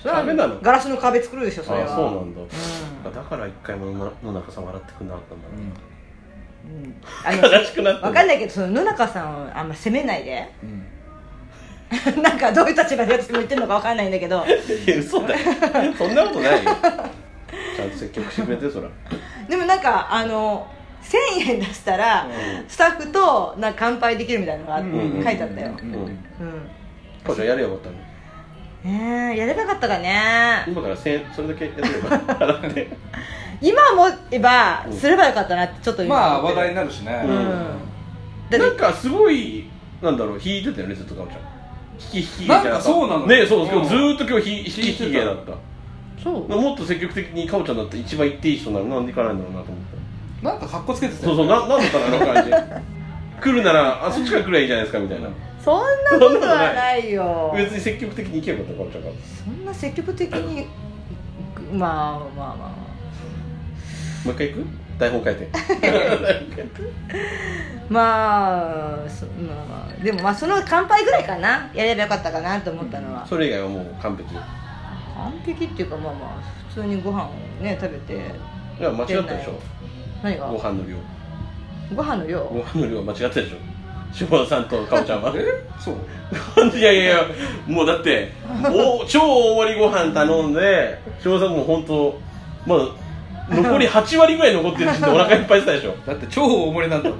Speaker 1: それは
Speaker 2: 壁なの
Speaker 1: ガラスの壁作るでしょ
Speaker 2: あ、
Speaker 1: そ
Speaker 2: そう
Speaker 1: れは
Speaker 2: なんだ。
Speaker 1: う
Speaker 2: あだから一回も野野中さん笑ってくんなかったんだ
Speaker 3: うん
Speaker 1: うんあの
Speaker 2: *laughs* 悲しくなった。
Speaker 1: わかんないけどその野中さんをあんま責めないで *laughs*
Speaker 3: うん
Speaker 1: なんかどういう立場で私も言ってるのかわかんないんだけど
Speaker 2: いや嘘だよ。そんなことないよ。ちゃんと積極してくれて、そら。
Speaker 1: でもなんかあの1000円出したら、
Speaker 2: うん
Speaker 1: スタッフとなんか乾杯できるみたいなのがあって
Speaker 2: うん
Speaker 1: 書いてあったよ、
Speaker 3: うん
Speaker 2: うん
Speaker 1: うん
Speaker 2: かおちゃんやれよかったの。
Speaker 1: ねえやればよかったかね
Speaker 2: 今から千円、それだけやってれば。払って。
Speaker 1: 今思えばすればよかったなってちょっと今
Speaker 3: まあ
Speaker 1: 思っ
Speaker 3: 話
Speaker 1: て
Speaker 3: 題
Speaker 1: る
Speaker 3: になるしね、
Speaker 2: うん
Speaker 1: だ
Speaker 2: なん
Speaker 1: って
Speaker 2: かすごいなんだろう弾いてたよねずっとかおちゃん弾き弾き
Speaker 3: なんかそうなの
Speaker 2: ねそうそう、
Speaker 3: うん
Speaker 2: ずーっと今日弾き
Speaker 3: 弾い
Speaker 2: 弾
Speaker 3: てた
Speaker 2: き芸だった
Speaker 1: そう
Speaker 2: もっと積極的にかおちゃんだったら一番行っていい人なのなんで行かないんだろうなと思った
Speaker 3: なんか格好つけてた
Speaker 2: そう
Speaker 3: よ
Speaker 2: そうななんだったのあの感じ来るならあそっちから来りゃいいじゃないですかみたいな
Speaker 1: そんなことはないよ
Speaker 2: 別に積極的に行けばよかったかおちゃんがも
Speaker 1: そんな積極的にまあまあま
Speaker 2: う一回行く台本書いて
Speaker 1: あまあまあそまあまあでもまあその乾杯ぐらいかなやればよかったかなと思ったのは、
Speaker 2: それ以外はもう完璧
Speaker 1: 完璧っていうかまあまあ普通にご飯をね食べて
Speaker 2: いや間違ったでしょ
Speaker 1: 何が
Speaker 2: ご飯の量
Speaker 1: ご飯の量
Speaker 2: ご飯の量間違ったでしょ下田さんとかおちゃんは
Speaker 3: えそう
Speaker 2: *laughs* いやいやいやもうだってお超大盛りご飯頼んで翔さんも本当まあ残り8割ぐらい残ってるしお腹いっぱいしたでしょ
Speaker 3: だって超大盛りなんだもん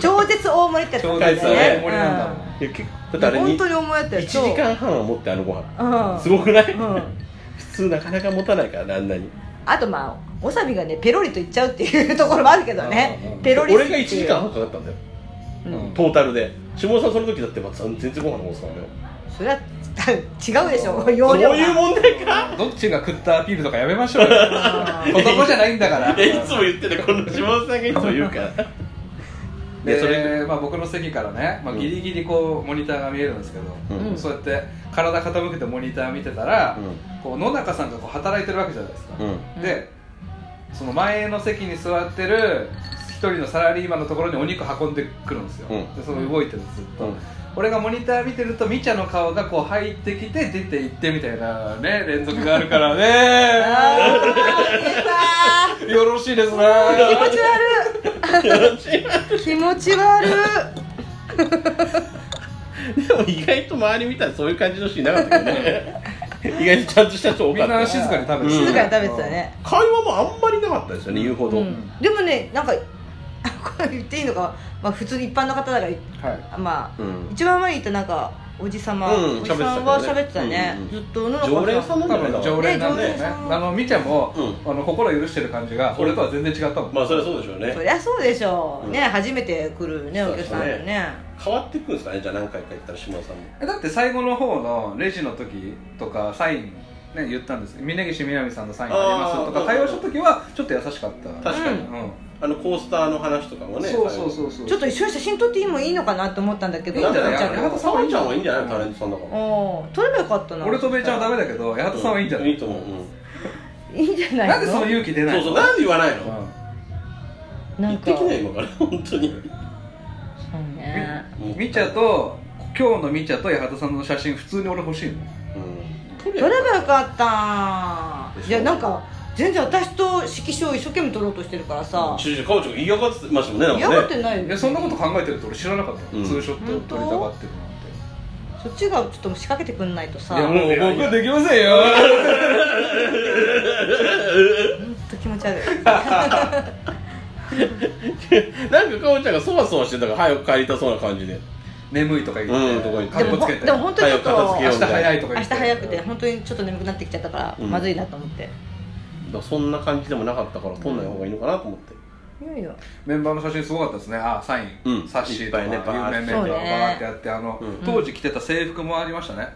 Speaker 1: 超絶大盛りってやつ
Speaker 3: 超
Speaker 1: だ
Speaker 3: 絶
Speaker 1: ったん
Speaker 3: 大盛り
Speaker 1: だよね
Speaker 3: なんだもん
Speaker 2: いや結
Speaker 1: う
Speaker 2: 構
Speaker 1: ん
Speaker 2: だってあれ
Speaker 1: 本
Speaker 2: に
Speaker 1: 当に重いやつだ
Speaker 2: 1
Speaker 1: よ
Speaker 2: 時間半は持ってあのご飯
Speaker 1: うん
Speaker 2: すごくない、
Speaker 1: うん
Speaker 2: 普通なかなか持たないからねあんなに
Speaker 1: あとまあおさびがねペロリといっちゃうっていうところもあるけど
Speaker 3: うんうん
Speaker 1: ね
Speaker 3: うん
Speaker 1: ペロリってい
Speaker 2: 俺
Speaker 1: う
Speaker 2: が1時間半かかったんだよ
Speaker 1: うん
Speaker 2: トータルで下田さんその時だってまあ全然ご飯の方ですからね
Speaker 1: それは違うでしょ
Speaker 2: そ
Speaker 1: 容
Speaker 2: う
Speaker 1: 量
Speaker 2: い
Speaker 1: が
Speaker 2: う問題か
Speaker 3: どっちが食ったアピールとかやめましょうよ子供じゃないんだから
Speaker 2: いやいつも言ってるこの下田さんがいつも言うから
Speaker 1: *laughs*
Speaker 3: で
Speaker 2: でそれ
Speaker 3: まあ、僕の席からね、まあ、
Speaker 2: うん
Speaker 3: ギリギリこうモニターが見えるんですけど、
Speaker 2: うん
Speaker 3: そうやって体傾けてモニター見てたら、
Speaker 2: う
Speaker 3: こう野中さんがこう働いてるわけじゃないですか、
Speaker 2: うん
Speaker 3: でその前の席に座ってる一人のサラリーマンのところにお肉運んでくるんですよ、
Speaker 2: うん
Speaker 3: でその動いてるんですずっと、
Speaker 2: うん
Speaker 3: 俺がモニター見てるとみちゃの顔がこう入ってきて出て行ってみたいなね連続があるからね
Speaker 1: *laughs* あー
Speaker 3: よろしいですね
Speaker 1: 出たー気持ち悪い気持ち悪い
Speaker 2: でも意外と周り見たらそういう感じの人いなかったけど
Speaker 3: *laughs*
Speaker 2: ね意外とちゃんとした人多
Speaker 3: み
Speaker 2: か
Speaker 3: ん
Speaker 2: った
Speaker 3: な静かに食べて
Speaker 2: うん
Speaker 1: 静かに食べてたね
Speaker 2: 会話もあんまりなかったですよね言うほど、
Speaker 1: うんでもねなんかこれ言っていいのか、まあ、普通に一般の方だから
Speaker 3: はい
Speaker 1: まあ、
Speaker 2: うん
Speaker 1: 一番前にいたなんかおじさま、
Speaker 2: うん
Speaker 1: おじさんは
Speaker 2: 喋
Speaker 1: 喋っ
Speaker 2: っ
Speaker 1: てて
Speaker 2: た
Speaker 1: た
Speaker 2: よね
Speaker 1: ね、
Speaker 2: うん
Speaker 1: ずっとの
Speaker 2: 常連さんなんだ
Speaker 3: 多
Speaker 2: よね
Speaker 3: 分常連なんだよ
Speaker 1: ね常連
Speaker 3: ね
Speaker 1: さん
Speaker 3: あのみちゃんも、
Speaker 2: う
Speaker 3: あの心許してる感じが俺とは全然違ったもん、
Speaker 2: まあそれはそうでしょうね
Speaker 1: そりゃそうでしょう、
Speaker 2: うん
Speaker 1: ね初めて来るねお客さん
Speaker 2: そう
Speaker 1: で
Speaker 2: だ
Speaker 1: ね
Speaker 2: 変わっていくんですかねじゃあ何回か行ったら島田さんも
Speaker 3: えだって最後の方のレジの時とかサインね言ったんです峯岸みなみさんのサインありますと
Speaker 2: あー
Speaker 3: か対応した時はちょっと優しかった
Speaker 2: 確かに、
Speaker 1: う
Speaker 3: う
Speaker 2: あのコースターの話とかも
Speaker 3: ん、
Speaker 2: ね
Speaker 3: そうそうそうそう
Speaker 1: ちょっと一緒に写真撮っていいもいいのかなと思ったんだけど
Speaker 3: いいんじゃない
Speaker 1: 撮っちゃ
Speaker 3: や
Speaker 1: う
Speaker 3: め
Speaker 1: の
Speaker 3: ろ
Speaker 2: さんはいいんじゃないいいんじゃないタレントさんだから
Speaker 1: おー撮ればよかったな
Speaker 3: 俺とべイちゃんはダメだけど八幡さんはいいんじゃない、
Speaker 2: いいと思う、う
Speaker 1: いいんじゃないの
Speaker 3: なんでその勇気出
Speaker 2: ん、
Speaker 3: ない
Speaker 2: そう
Speaker 3: の
Speaker 2: そうなんで言わないの
Speaker 1: な
Speaker 2: 行
Speaker 1: ん
Speaker 2: っ
Speaker 1: か
Speaker 2: てきない今から本当に
Speaker 1: そうね
Speaker 3: うんみちゃと今日のみちゃと八幡さんの写真普通に俺欲しいもん
Speaker 2: 撮
Speaker 1: 撮ればよ
Speaker 2: っ
Speaker 1: かった
Speaker 2: でしょ
Speaker 1: いやなんか全然私と色紙を一生懸命撮ろうとしてるからさ
Speaker 2: ちょちょかおちゃん嫌がってましたもんねなん
Speaker 1: 嫌
Speaker 2: か
Speaker 1: がっ
Speaker 2: ね
Speaker 1: てないよ
Speaker 3: いやそんなこと考えてると俺知らなかった、
Speaker 2: うん
Speaker 3: ツーショット撮りたがってるなんて
Speaker 1: そっちがちょっと仕掛けてくんないとさ
Speaker 3: いや
Speaker 1: ほん
Speaker 3: もう僕はできませんよ
Speaker 1: と気持ち悪い
Speaker 2: *laughs* なんかかおちゃんがそわそわしてたから早く帰りたそうな感じで
Speaker 3: 眠いとか言って、
Speaker 2: うんとか言って
Speaker 3: かっこつけて
Speaker 1: でも本当にちょっと
Speaker 2: 早く片付け
Speaker 3: 明
Speaker 2: よう
Speaker 3: 日早いとか
Speaker 1: 明
Speaker 3: 言っ
Speaker 1: 日
Speaker 3: て
Speaker 1: 早くて本当にちょっと眠くなってきちゃったから、
Speaker 2: うん
Speaker 1: まずいなと思って
Speaker 2: だからそんな感じでもなかったから撮んない方がいいのかなと思って、
Speaker 1: いよいよ
Speaker 3: メンバーの写真すごかったですねあサイン、
Speaker 2: うん
Speaker 3: サッシーと
Speaker 2: い
Speaker 3: か
Speaker 2: っ
Speaker 3: 有
Speaker 2: ぱいね
Speaker 3: 名
Speaker 2: バーッ
Speaker 3: メンバー
Speaker 1: そう
Speaker 3: が
Speaker 1: ね
Speaker 3: バーってやってあの、
Speaker 2: うん
Speaker 3: 当時着てた制服もありましたね、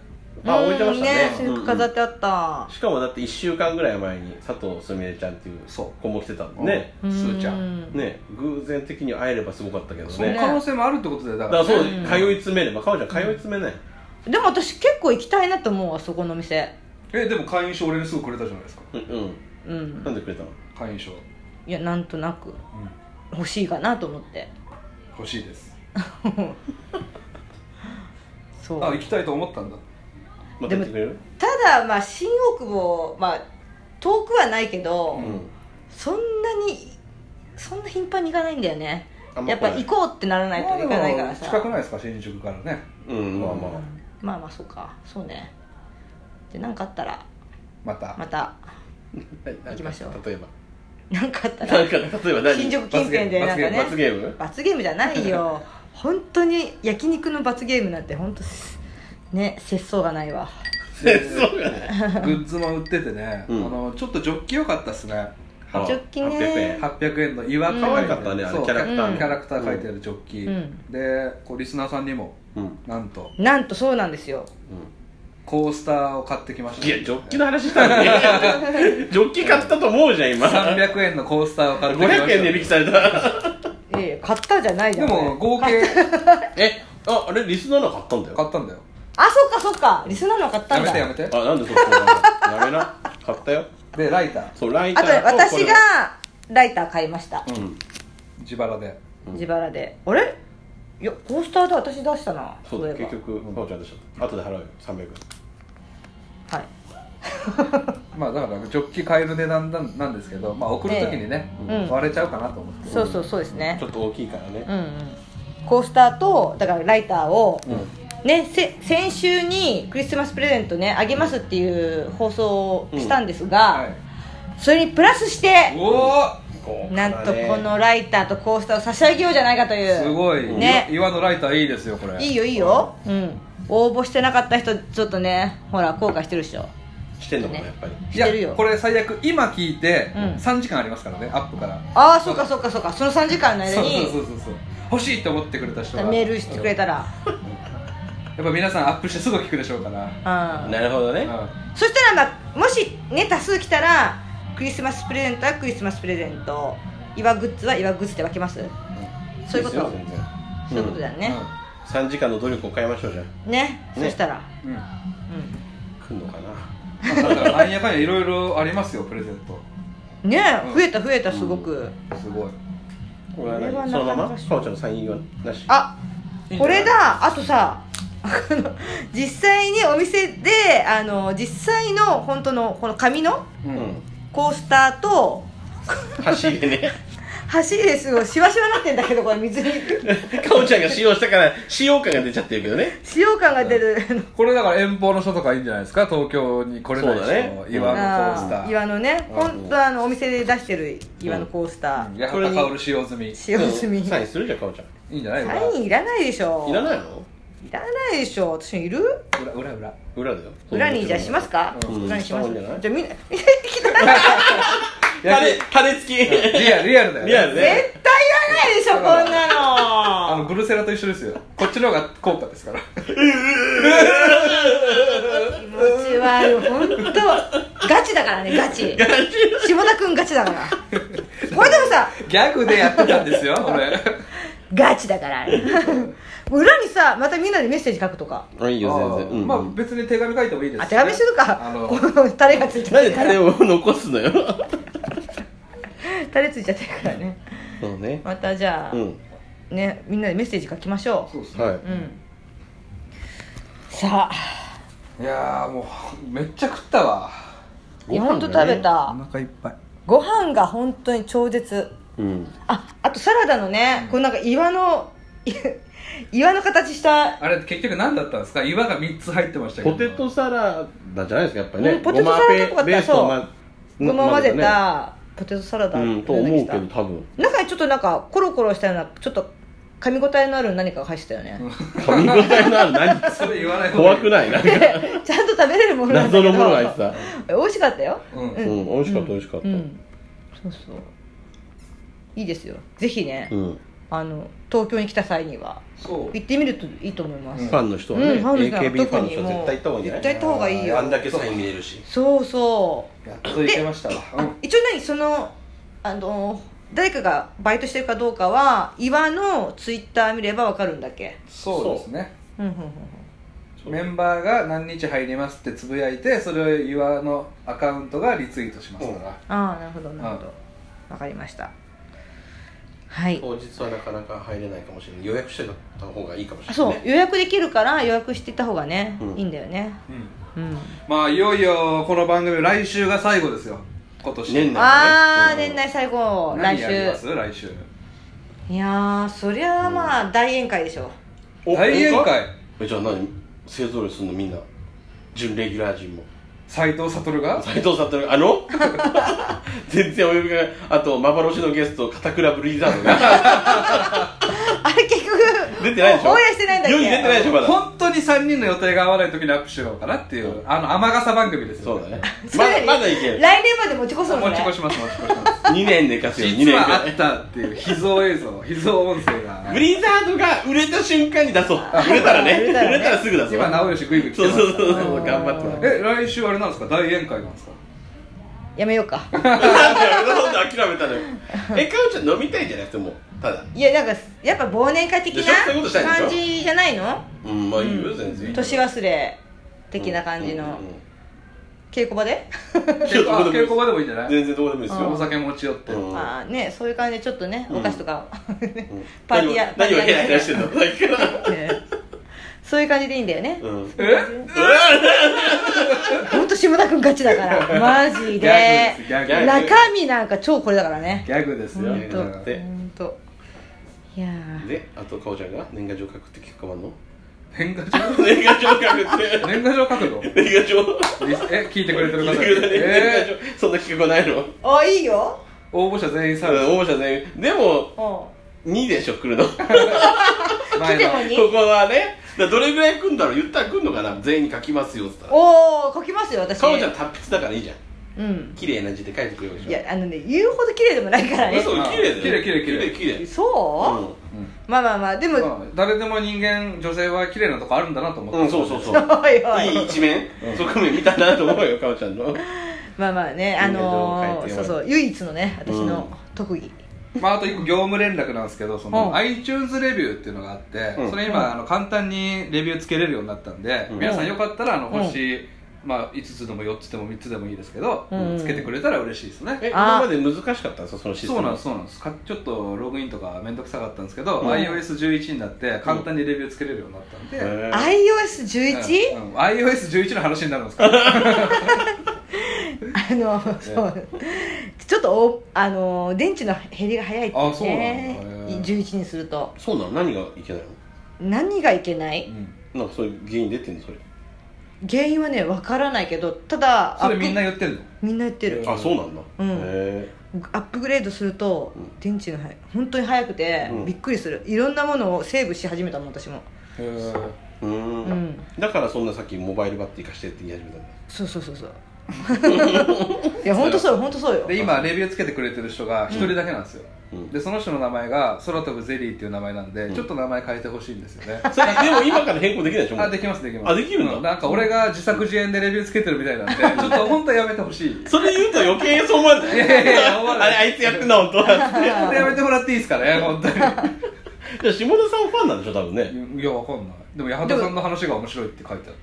Speaker 2: あ置いてましたね
Speaker 1: うん
Speaker 2: うん
Speaker 1: ね制服飾ってあった、
Speaker 2: しかもだって1週間ぐらい前に佐藤すみれちゃんっていう
Speaker 3: そ
Speaker 2: 子も来てたんでね、
Speaker 1: う
Speaker 3: うんスーちゃん
Speaker 2: ね偶然的に会えればすごかったけど
Speaker 3: その
Speaker 2: ね
Speaker 1: ね
Speaker 3: 可能性もあるってことで
Speaker 2: だ
Speaker 3: だか
Speaker 2: かららそう、
Speaker 1: うん
Speaker 2: 通い詰めればかおちゃん通い詰めない、
Speaker 1: でも私結構行きたいなと思うわそこの店
Speaker 3: えでも会員証俺にすぐくれたじゃないですか
Speaker 2: うんうん
Speaker 1: う
Speaker 2: なん
Speaker 1: ん
Speaker 2: でくれたの
Speaker 3: 会員証、
Speaker 1: いやなんとなく欲しいかなと思って
Speaker 3: 欲しいです
Speaker 1: そ
Speaker 3: あ行
Speaker 1: う
Speaker 3: きたいと思ったんだ
Speaker 2: ま
Speaker 1: で
Speaker 2: た言っ
Speaker 1: も
Speaker 2: てくれる
Speaker 1: ただまあ新大久保まあ遠くはないけど、
Speaker 2: うん
Speaker 1: そんなにそんな頻繁に行かないんだよね
Speaker 2: あんま
Speaker 1: やっぱ
Speaker 2: 来ない
Speaker 1: 行こうってならないと行かないからさ
Speaker 3: 近くないですか新宿からね
Speaker 2: うんまあま
Speaker 1: まあまあそうかそうねで何かあったら
Speaker 3: また、
Speaker 1: また
Speaker 2: あ
Speaker 1: 行きましょう
Speaker 2: 例えば
Speaker 1: 何かあった
Speaker 2: な
Speaker 1: ら
Speaker 2: んか例えば何
Speaker 1: 新宿近辺でなんかね
Speaker 2: 罰ゲ *laughs* ーム
Speaker 1: 罰ゲームじゃない
Speaker 2: *laughs*
Speaker 1: よ本当に焼肉の罰ゲームなんて本当すね節操がないわ
Speaker 3: *laughs*
Speaker 2: 戦争がね
Speaker 3: グッズも売っててね、
Speaker 2: うん
Speaker 3: あのちょっとジョッキ良かったっすね
Speaker 1: 八十金ね
Speaker 3: 800円の岩
Speaker 1: うん
Speaker 3: 可愛
Speaker 2: 可愛かったねあれ
Speaker 3: そう
Speaker 2: キャラ
Speaker 1: クターね
Speaker 3: キャラクター書いてあるジョッキ、
Speaker 1: うん
Speaker 3: でこうリスナーさんにも
Speaker 2: うん、
Speaker 3: なんと
Speaker 1: なんとそうなん
Speaker 2: *laughs*
Speaker 1: ですよ
Speaker 3: コースターを買ってきました
Speaker 2: いやジョッキの話したのね *laughs* ジョッキ買ったと思うじゃん今
Speaker 3: 300円のコースターを買ってきました
Speaker 2: 500円値引きされた
Speaker 1: ええ買ったじゃないじゃ
Speaker 3: で
Speaker 1: ん
Speaker 3: も
Speaker 1: これ
Speaker 3: 合計
Speaker 2: えああれリスナーの買ったんだよ
Speaker 3: 買ったんだよ
Speaker 1: あそっかそっかリスナーの買った
Speaker 3: や
Speaker 1: ん
Speaker 3: め
Speaker 1: だ
Speaker 3: てやめて
Speaker 2: あなんでそこなのやめな買ったよ
Speaker 3: でライター
Speaker 2: そうライタ
Speaker 1: あ
Speaker 2: ー
Speaker 1: と
Speaker 2: と
Speaker 1: 私がライター買いました
Speaker 2: これうん
Speaker 3: 自腹で
Speaker 2: うん
Speaker 1: 自腹であれいやコースターで私出したな
Speaker 2: そうだ
Speaker 1: いえば
Speaker 2: 結局かおちゃんでしょ後で払うよ300円
Speaker 1: はい
Speaker 3: まあだからジョッキ買える値段なんなんですけど、まあ、送る時にね、
Speaker 1: ええうん
Speaker 3: 割れちゃうかなと思って
Speaker 1: そうそうそうですね
Speaker 2: ちょっと大きいからね
Speaker 1: うんうんコースターとだからライターを、ね、せ先週にクリスマスプレゼントねあげますっていう放送をしたんですが、
Speaker 3: はい、
Speaker 1: それにプラスして
Speaker 3: お
Speaker 1: なんとこのライターとコースターを差し上げようじゃないかという
Speaker 3: おすごい、
Speaker 1: ね
Speaker 3: 岩岩のライターいいですよこれ
Speaker 1: いいよいいよ、うん、応募してなかった人ちょっとねほら後悔してるでしょ
Speaker 2: してんのかなやっぱり
Speaker 1: し
Speaker 3: いや
Speaker 1: てるよ
Speaker 3: これ最悪今聞いて
Speaker 1: うん
Speaker 3: 3時間ありますからね、アップから
Speaker 1: ああそうかそうかそうかその3時間の間
Speaker 3: そう
Speaker 1: に
Speaker 3: そうそうそうそう欲しいと思ってくれた人が
Speaker 1: メールしてくれたら、
Speaker 3: やっぱ皆さんアップしてすぐ聞くでしょうから、
Speaker 1: うん、
Speaker 2: なるほど
Speaker 3: う
Speaker 2: ね
Speaker 3: ん
Speaker 1: そしたら、まあ、もしね多数来たらクリスマスプレゼントはクリスマスプレゼント岩グッズは岩グッズで分けますそういうこと
Speaker 2: ですよ全然
Speaker 1: そういうことだよね、
Speaker 2: 3時間の努力を変えましょうじゃん
Speaker 1: ね
Speaker 2: ね
Speaker 1: そしたら、
Speaker 3: うん、うん
Speaker 2: 来んのかな
Speaker 3: まあだからなんやかんやいろいろありますよプレゼント
Speaker 1: うん、ね
Speaker 3: うん
Speaker 1: 増えた増えたすごく、
Speaker 3: すごい
Speaker 2: これは
Speaker 1: これは
Speaker 2: 何
Speaker 1: なかな
Speaker 2: その
Speaker 1: か
Speaker 2: ままかおちゃんのサインはなし
Speaker 1: あ
Speaker 3: いいんじゃな
Speaker 1: これ
Speaker 3: い
Speaker 1: だあとさあの実際にお店であの実際の本当のこの紙の
Speaker 3: う
Speaker 2: うんん
Speaker 1: コースターと
Speaker 2: 箸入れね *laughs*
Speaker 1: 走りですごいシワシワなってんだけどこれ水に
Speaker 2: かおちゃんが使用したから使用感が出ちゃってるけどね
Speaker 1: 使用感が出る
Speaker 3: これだから遠方の人とかいいんじゃないですか東京に来れない人、
Speaker 2: そうだね
Speaker 3: 岩のコースタ
Speaker 1: あー
Speaker 3: ー
Speaker 1: 岩のね本当あのお店で出してる岩のコースター
Speaker 3: 八幡薫使用済みい
Speaker 1: 使用済み
Speaker 2: サイ
Speaker 1: サ
Speaker 2: ンするじゃんかおちゃ
Speaker 3: いんじゃない裏
Speaker 1: インいらないでしょ
Speaker 2: んいらないの
Speaker 1: いらないでしょ私いる
Speaker 3: 裏裏裏 *laughs*
Speaker 2: 裏だよ
Speaker 1: 裏にじゃあしますか
Speaker 2: うん
Speaker 1: 裏にします
Speaker 2: うん
Speaker 1: じ
Speaker 2: そうなんじゃな
Speaker 1: ゃあみ
Speaker 2: い
Speaker 1: んな *laughs* 絶
Speaker 2: タレタレ付き
Speaker 3: リアルリアルだよ、ね、
Speaker 2: リアル
Speaker 1: 対いら
Speaker 2: ね
Speaker 1: ないでしょこん
Speaker 3: あ
Speaker 1: な
Speaker 3: の
Speaker 1: の
Speaker 3: ブルセラと一緒ですよこっちの方が効果ですから *laughs*
Speaker 1: 気持ち悪い本当ガチだからねガチ下田君ガチだからこれでもさ
Speaker 3: ギャグでやってた
Speaker 2: *laughs*
Speaker 3: んですよ俺
Speaker 1: ガチだからあれ裏にさまたみんなでメッセージ書くとか
Speaker 2: あいいよ全
Speaker 3: あー
Speaker 2: 然うん
Speaker 3: まあ別に手紙書いてもいいです
Speaker 1: あ手紙する
Speaker 3: あ
Speaker 1: か
Speaker 3: の
Speaker 1: このタレがついちゃ
Speaker 2: な
Speaker 1: っ
Speaker 2: ん
Speaker 1: て
Speaker 2: で
Speaker 1: る
Speaker 2: タレを残すのよ
Speaker 1: タレついちゃってるからね
Speaker 2: そうね
Speaker 1: またじゃあ、
Speaker 2: うん
Speaker 1: ねみんなでメッセージ書きましょう、
Speaker 3: そうですね、
Speaker 2: はいう
Speaker 1: んさあ
Speaker 3: い、やーもうめっちゃ食ったわ
Speaker 1: いや本当食べた
Speaker 3: 腹いっぱい
Speaker 1: ご飯が本当に超絶
Speaker 2: うん
Speaker 1: ああとサラダのね、このなんか岩の *laughs* い岩の形した
Speaker 3: あれ結局何だったんですか岩が3つ入ってましたけど
Speaker 2: ポテトサラダじゃないですかやっぱり
Speaker 1: う
Speaker 2: ね
Speaker 1: んポテトサラダっぽかった
Speaker 2: ベースとま
Speaker 1: ごまを混ぜ
Speaker 2: ね
Speaker 1: たポテトサラダ
Speaker 2: うんと思うけど多分
Speaker 1: 中にちょっとなんかコロコロしたようなちょっと噛み応えのある何かが入ってたよね、
Speaker 2: 噛み応えのある何
Speaker 3: それ言わない方が
Speaker 2: 怖くないなんか
Speaker 1: *laughs* ちゃんと食べれるものなんだ
Speaker 2: 謎
Speaker 1: けど
Speaker 2: のものが入って
Speaker 1: *laughs*
Speaker 2: た
Speaker 1: 美味しかったよ
Speaker 3: うん
Speaker 2: うん美味しかった美味しかった
Speaker 1: う
Speaker 2: うん
Speaker 1: そうそういいですよぜひね、
Speaker 2: ん
Speaker 1: あの東京に来た際には
Speaker 3: そう
Speaker 1: 行ってみるといいと思います、
Speaker 2: ファンの人はね
Speaker 1: うんファンの人は
Speaker 2: AKB ファンの
Speaker 1: 特
Speaker 2: 人
Speaker 1: に
Speaker 2: は
Speaker 1: もう
Speaker 2: 絶対行った方がいいんじゃな
Speaker 1: 絶
Speaker 2: い
Speaker 1: 対行った方がいいよ
Speaker 2: あんだけサイン見れるし
Speaker 1: そうそう
Speaker 3: やっと行けましたわう
Speaker 1: あ
Speaker 3: ん
Speaker 1: 一応何そのあの誰かがバイトしてるかどうかは岩のツイッター見ればわかるんだっけ
Speaker 3: そうですね
Speaker 1: うんうんうんうん
Speaker 2: そう
Speaker 3: メンバーが何日入りますってつぶやいてそれを岩のアカウントがリツイートしますから、
Speaker 1: ああなるほどなるほどわかりましたはい
Speaker 2: 当日はなかなか入れないかもしれない予約してた方がいいかもし
Speaker 1: あ
Speaker 2: れ
Speaker 1: そう
Speaker 2: ないね
Speaker 1: 予約できるから予約していった方がね、
Speaker 2: うん
Speaker 1: いいんだよね
Speaker 3: うん
Speaker 1: うん
Speaker 3: まあいよいよこの番組来週が最後ですよ今年
Speaker 2: 年内
Speaker 1: ああ
Speaker 2: ね
Speaker 1: 年内最後来
Speaker 3: 何
Speaker 1: 週
Speaker 3: やります来週
Speaker 1: いやーそりゃあまあ大宴会でしょ *laughs*
Speaker 2: お
Speaker 3: 大宴会
Speaker 2: えじゃあ何勢ぞろいするのみんな準レギュラー陣も
Speaker 3: 斎藤悟が
Speaker 2: 斉藤悟あ
Speaker 1: *laughs*
Speaker 2: の全然お呼びがあと幻のゲスト片倉ブリザー
Speaker 1: *laughs*
Speaker 2: ドが
Speaker 1: あれ結局
Speaker 2: 出てないでしょ
Speaker 1: オンエアしてないんだっけ
Speaker 2: 世に出てないでしょまだ
Speaker 3: 本当に3人の予定が合わない時にアップしようかなっていうあの雨傘番組です
Speaker 2: そ
Speaker 3: よ
Speaker 2: うだね
Speaker 1: *laughs* そ
Speaker 2: ま
Speaker 1: れ
Speaker 2: だ
Speaker 1: 何
Speaker 2: まだいける
Speaker 1: 来年まで持ち越すの
Speaker 3: 持
Speaker 1: ね
Speaker 3: ち越します持ち越します
Speaker 2: 2年で *laughs* 稼ぐ2
Speaker 3: 実
Speaker 2: 年
Speaker 3: はあ
Speaker 2: 間
Speaker 3: ったっていう秘蔵映像秘蔵音声が
Speaker 2: ブリザードが売れた瞬間に出そう売れたらね
Speaker 1: 売れたらね
Speaker 2: 売れたらすぐ出そう
Speaker 3: 今直義グイグイ来
Speaker 2: そ
Speaker 3: て
Speaker 2: う
Speaker 3: ます
Speaker 2: そうそうそう頑張ってもらう
Speaker 3: え来週あれなんですか大宴会なんですか
Speaker 1: やめようか
Speaker 2: なんでなんで諦め
Speaker 1: *laughs*
Speaker 2: たのよえかおちゃん飲みたいんじゃなくてもうただ
Speaker 1: いやなんかやっぱ忘年会的
Speaker 2: でしょそういうことしたい
Speaker 1: なん
Speaker 2: でしょ
Speaker 1: 感じじゃないの
Speaker 2: うんまあいいよ全然いいよ
Speaker 1: 年忘れ的な感じ
Speaker 2: うんう
Speaker 1: の
Speaker 2: んうん
Speaker 1: 稽古場で
Speaker 2: やどこでもいい
Speaker 3: 稽古場でもいいんじゃない
Speaker 2: 全然どうでもいいです
Speaker 3: お
Speaker 2: よ
Speaker 3: 酒持ち寄って
Speaker 2: うん
Speaker 1: *laughs* まあねそういう感じでちょっとね
Speaker 2: うん
Speaker 1: お菓子とか
Speaker 2: うん
Speaker 1: パーティーや
Speaker 2: 何
Speaker 1: パーテ
Speaker 2: を何を
Speaker 1: ィー
Speaker 2: ヘ
Speaker 1: や
Speaker 2: ラヘラしてんのさっきから
Speaker 1: *laughs* ねそういう感じでいいんだよね
Speaker 2: *laughs* うん *laughs*
Speaker 3: え
Speaker 1: 本当下田君ガチだ
Speaker 2: *laughs*
Speaker 1: からマジ
Speaker 3: ギ
Speaker 1: で
Speaker 3: ャグですギャグ
Speaker 2: ギャグ
Speaker 1: 中身なんか超これだからね
Speaker 3: ギャグですよ
Speaker 1: 本当
Speaker 2: うんで
Speaker 1: 本当いやー
Speaker 2: であとかおちゃんが年賀状書くって結果はあんの
Speaker 3: 年賀状
Speaker 2: 年賀状書くって
Speaker 3: 年賀状書くの
Speaker 2: 年賀状
Speaker 3: リスえ聞いてくれてる方
Speaker 2: 聞いてくれてる *laughs* 年賀
Speaker 3: え
Speaker 2: 状そんな企画ないの
Speaker 1: あいいよ
Speaker 3: ー応募者全員
Speaker 2: 多
Speaker 3: さ
Speaker 2: 分応募者全員でも
Speaker 1: う
Speaker 2: 2でしょ来るのこ
Speaker 1: ん来ても
Speaker 3: の
Speaker 1: に
Speaker 2: こはねだからどれぐらい来んだろう言ったら来んのかな全員に書きますよっつったら
Speaker 1: おお書きますよ私
Speaker 2: かおちゃん達筆だからいいじゃん
Speaker 1: うん
Speaker 2: 綺麗な字で書いてくれるでしょ
Speaker 1: いやあのね言うほど綺麗でもないからね
Speaker 2: 嘘綺麗だよ
Speaker 3: 綺麗綺麗綺麗
Speaker 2: 綺麗綺麗
Speaker 1: そう、まあまあまあでも、
Speaker 3: まあ誰でも人間女性は綺麗なとこあるんだなと思って、
Speaker 2: うん、うん、そうそうそう
Speaker 1: おい *laughs* おい
Speaker 2: いい一面側面見たなと思うよかおちゃんの
Speaker 1: まあまあねあの
Speaker 2: いいね情報書い
Speaker 1: ー、
Speaker 2: てよ
Speaker 1: そうそう唯一のね私の特技、
Speaker 3: まあ、あと一個業務連絡なんですけどその、
Speaker 1: うん
Speaker 3: iTunes レビューっていうのがあって、
Speaker 2: うん
Speaker 3: それ今あの簡単にレビューつけれるようになったんで、
Speaker 2: うん
Speaker 3: 皆さんよかったらあの
Speaker 1: うん
Speaker 3: 星、まあ、5つでも4つでも3つでもいいですけど、
Speaker 1: うん
Speaker 3: つけてくれたら嬉しいですね
Speaker 2: え今
Speaker 1: あ
Speaker 2: まで難しかったんですかそのシステム
Speaker 3: そうなんですそうなんですかちょっとログインとか面倒くさかったんですけど、
Speaker 2: うん
Speaker 3: iOS11 になって簡単にレビューつけれるようになったんで、
Speaker 2: へー
Speaker 1: iOS11、
Speaker 3: うんうん iOS11 の話になるんですか
Speaker 1: あの、そうちょっっとおあのー電池の減りが早いって、ね、
Speaker 3: あそうなんだへー
Speaker 1: 11にすると
Speaker 2: そうなの何がいけない
Speaker 1: 何がいけない
Speaker 3: うん
Speaker 2: のなんかそういう原因出てんのそれ
Speaker 1: 原因はねわからないけどただ
Speaker 3: それみんな
Speaker 1: アッ
Speaker 3: 言ってるの
Speaker 1: プみんな言ってる
Speaker 2: あそうなんだ、
Speaker 1: うん
Speaker 2: へえ
Speaker 1: アップグレードすると
Speaker 2: うん
Speaker 1: 電池が早い本当に早くて
Speaker 2: うん
Speaker 1: びっくりするいろんなものをセーブし始めたもん私も
Speaker 3: へー
Speaker 2: うー
Speaker 1: う
Speaker 2: ん
Speaker 1: ん
Speaker 2: だからそんなさっきモバイルバッテリー貸してって言い始めたんだ
Speaker 1: そうそうそうそう
Speaker 3: *laughs*
Speaker 1: いや本当そうよ本当そうよ
Speaker 3: で今レビューつけてくれてる人が一人だけなんですよ、
Speaker 2: うん
Speaker 3: でその人の名前が空飛ぶゼリーっていう名前なんで、
Speaker 2: うん
Speaker 3: ちょっと名前変えてほしいんですよね
Speaker 2: それでも今から変更できないでしょもう
Speaker 3: あできますできます
Speaker 2: あできるんだ
Speaker 3: うなんか俺が自作自演でレビューつけてるみたいなんでちょっと本当はやめてほし *laughs* い
Speaker 2: それ言うと余計そう思われ
Speaker 3: いやいやいや思わ
Speaker 2: あ
Speaker 3: な
Speaker 2: れ
Speaker 3: い
Speaker 2: あいつやってんな本当
Speaker 1: *laughs*
Speaker 2: は
Speaker 3: 本当やめてもらっていいですか *laughs* ね本当に
Speaker 2: じゃあ下田さんファンなんでしょ多分ね
Speaker 3: いやわかんないでも八幡さんの話が面白いって書いてあっ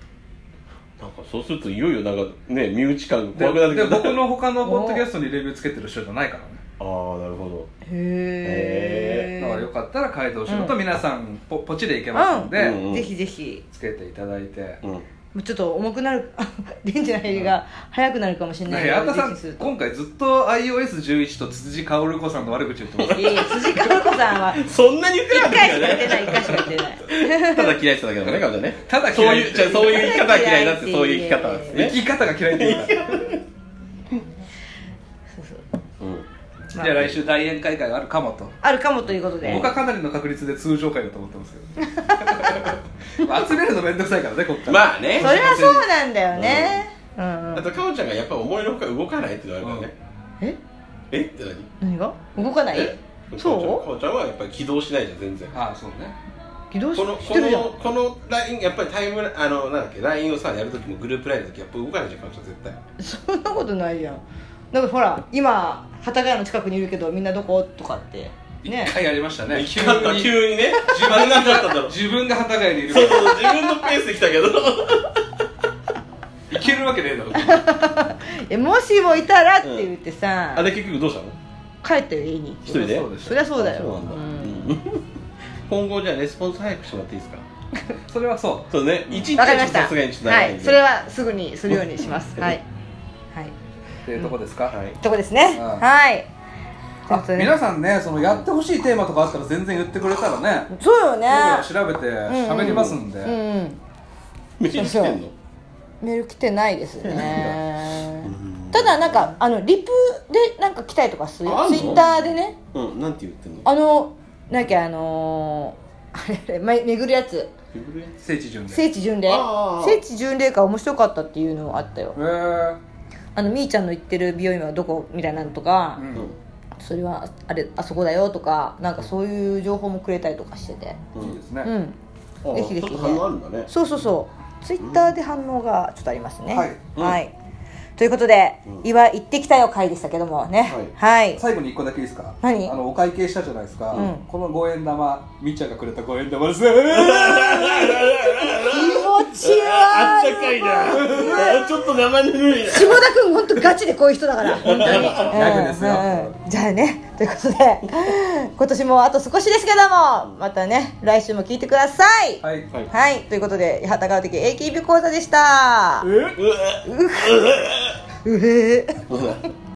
Speaker 3: た
Speaker 2: なんかそうするといよいよなんかね身内感が怖くなっ
Speaker 3: で
Speaker 2: てく
Speaker 3: で
Speaker 2: る
Speaker 3: 僕の他のポッドキャストにレビューつけてる人じゃないからね
Speaker 2: ああなるほど
Speaker 1: へ
Speaker 3: だからよ
Speaker 1: え
Speaker 3: かったら書いてほしいのと、皆さんポポチでいけますんで、
Speaker 2: うんうん
Speaker 1: ぜひぜひ
Speaker 3: つけていただいて、
Speaker 2: うん
Speaker 1: もうちょっと重くなる *laughs* 電池の減りが早くなるかもしれない
Speaker 3: ね、八幡
Speaker 1: 電
Speaker 3: さ
Speaker 1: 池する
Speaker 3: ん
Speaker 1: と
Speaker 3: 今回ずっと iOS11 と辻薫子さんの悪口言ってます
Speaker 1: いやいや辻香子さんは
Speaker 2: そんなに言ってな
Speaker 1: 1
Speaker 2: かった
Speaker 1: 回
Speaker 2: ん
Speaker 1: しか
Speaker 2: だ
Speaker 1: 言
Speaker 2: よ
Speaker 1: って
Speaker 2: ね
Speaker 1: ない1回しか言って
Speaker 3: *laughs*
Speaker 1: ない
Speaker 2: ただ嫌いって言っただけだからね彼女ね
Speaker 3: ただ
Speaker 2: そう
Speaker 3: 嫌い
Speaker 2: いうじゃあそういう言い方は嫌いだってそういう生き方なんです
Speaker 3: 生
Speaker 2: ね
Speaker 3: き方が嫌いって言うから
Speaker 1: そうそう
Speaker 2: うん
Speaker 3: *laughs* じゃあ来週大宴会会があるかもと
Speaker 1: あるかもということで
Speaker 3: 僕はかなりの確率で通常会だと思ってますけど *laughs* 集めるのめんどくさいからねこっから、
Speaker 2: まあね
Speaker 1: それはそうなんだよねうんう
Speaker 2: あ
Speaker 1: ん
Speaker 2: とかおちゃんがやっぱ思いのほか動かないって言われるからね
Speaker 1: え
Speaker 2: えって
Speaker 1: 何
Speaker 2: 何
Speaker 1: が動かない
Speaker 2: え
Speaker 1: そ
Speaker 2: かおちゃんはやっぱり起動しないじゃん全然
Speaker 3: ああそうね
Speaker 1: う起動し
Speaker 2: この
Speaker 1: し
Speaker 2: こ
Speaker 1: てるじゃん
Speaker 2: のこの LINE やっぱりタイムラあのなんだっけ LINE をさやるときもグループ LINE のときやっぱ動かないじゃんかおちゃん絶対
Speaker 1: そんなことないじゃんだからほら今幡ヶ谷の近くにいるけどみんなどことかってね
Speaker 3: 一回やりましたね
Speaker 2: 急に急にね自分なんだったんだろう
Speaker 3: 自分が旗がいる
Speaker 2: そうそう自分のペースで来たけど
Speaker 3: いけるわけねえだろ
Speaker 1: えもしもいたらって言ってさ、
Speaker 2: *laughs* あれ結局どうしたの
Speaker 1: 帰ったよ家に
Speaker 2: 一人で
Speaker 3: そうです
Speaker 1: そりゃそうだよ
Speaker 2: そうなんだ、うん今後じゃあレスポンス早くしてもらっていいですか
Speaker 3: それはそ
Speaker 2: そうね一日
Speaker 1: わかり
Speaker 2: ち
Speaker 1: ま
Speaker 2: ょっ
Speaker 1: し
Speaker 2: と
Speaker 1: た
Speaker 2: さすがにちょっと長
Speaker 1: はい
Speaker 2: ん
Speaker 1: い
Speaker 2: で
Speaker 1: それはすぐにするようにしますはいはい、
Speaker 3: うっていうとこですか、
Speaker 2: はい
Speaker 1: とこですね
Speaker 3: うん
Speaker 1: はいという
Speaker 3: あ
Speaker 1: ことでね
Speaker 3: 皆さんねそのやってほしいテーマとかあったら全然言ってくれたらね
Speaker 1: そうよね
Speaker 3: 僕ら調べて喋りますんで、
Speaker 1: うんうん
Speaker 2: メール来てん
Speaker 1: そ
Speaker 2: の
Speaker 1: メール来てないです
Speaker 2: *laughs*
Speaker 1: ねただなんかあのリプでなんか来たりとかする
Speaker 2: ああん
Speaker 1: よツ
Speaker 2: の
Speaker 1: イッターでね
Speaker 2: うんなんて言ってんの
Speaker 1: あのなんかあのー、あれあれま巡るやつ
Speaker 2: リプレイ
Speaker 3: 聖地巡礼
Speaker 1: 聖地巡礼
Speaker 2: ああ
Speaker 1: 聖地巡礼が面白かったっていうのあったよ
Speaker 3: へー
Speaker 1: あのみーちゃんの行ってる美容院はどこみたいなのとか、
Speaker 3: うん
Speaker 1: それはあれあそこだよとかなんかそういう情報もくれたりとかしてて
Speaker 2: うん
Speaker 3: いいですね、
Speaker 1: うん
Speaker 2: あ
Speaker 1: ぜひぜひ
Speaker 2: ちょっと反応あるんだ
Speaker 1: *laughs*
Speaker 2: ね
Speaker 1: そうそうそうツイッターで反応がちょっとありますね、
Speaker 3: はい
Speaker 2: うん
Speaker 1: はいということで「
Speaker 2: うん
Speaker 1: 岩行ってきたよ」回でしたけどもねはい、
Speaker 3: 最後に一個だけいいですか
Speaker 1: 何
Speaker 3: あのお会計したじゃないですか、
Speaker 1: うん
Speaker 3: この五円玉みっちゃんがくれた五円玉です *laughs*
Speaker 1: 気持ち悪い
Speaker 2: あったかいなちょっと生ぬるいな
Speaker 1: 下田君本当ガチでこういう人だから本当に
Speaker 3: 楽ですよ
Speaker 1: うんうんじゃあねということで今年もあと少しですけどもまたね来週も聞いてください
Speaker 3: はい、
Speaker 2: はい
Speaker 1: はい、ということで八幡川的 AKB 講座でした
Speaker 3: え
Speaker 2: うわ
Speaker 1: うへー
Speaker 2: そうだ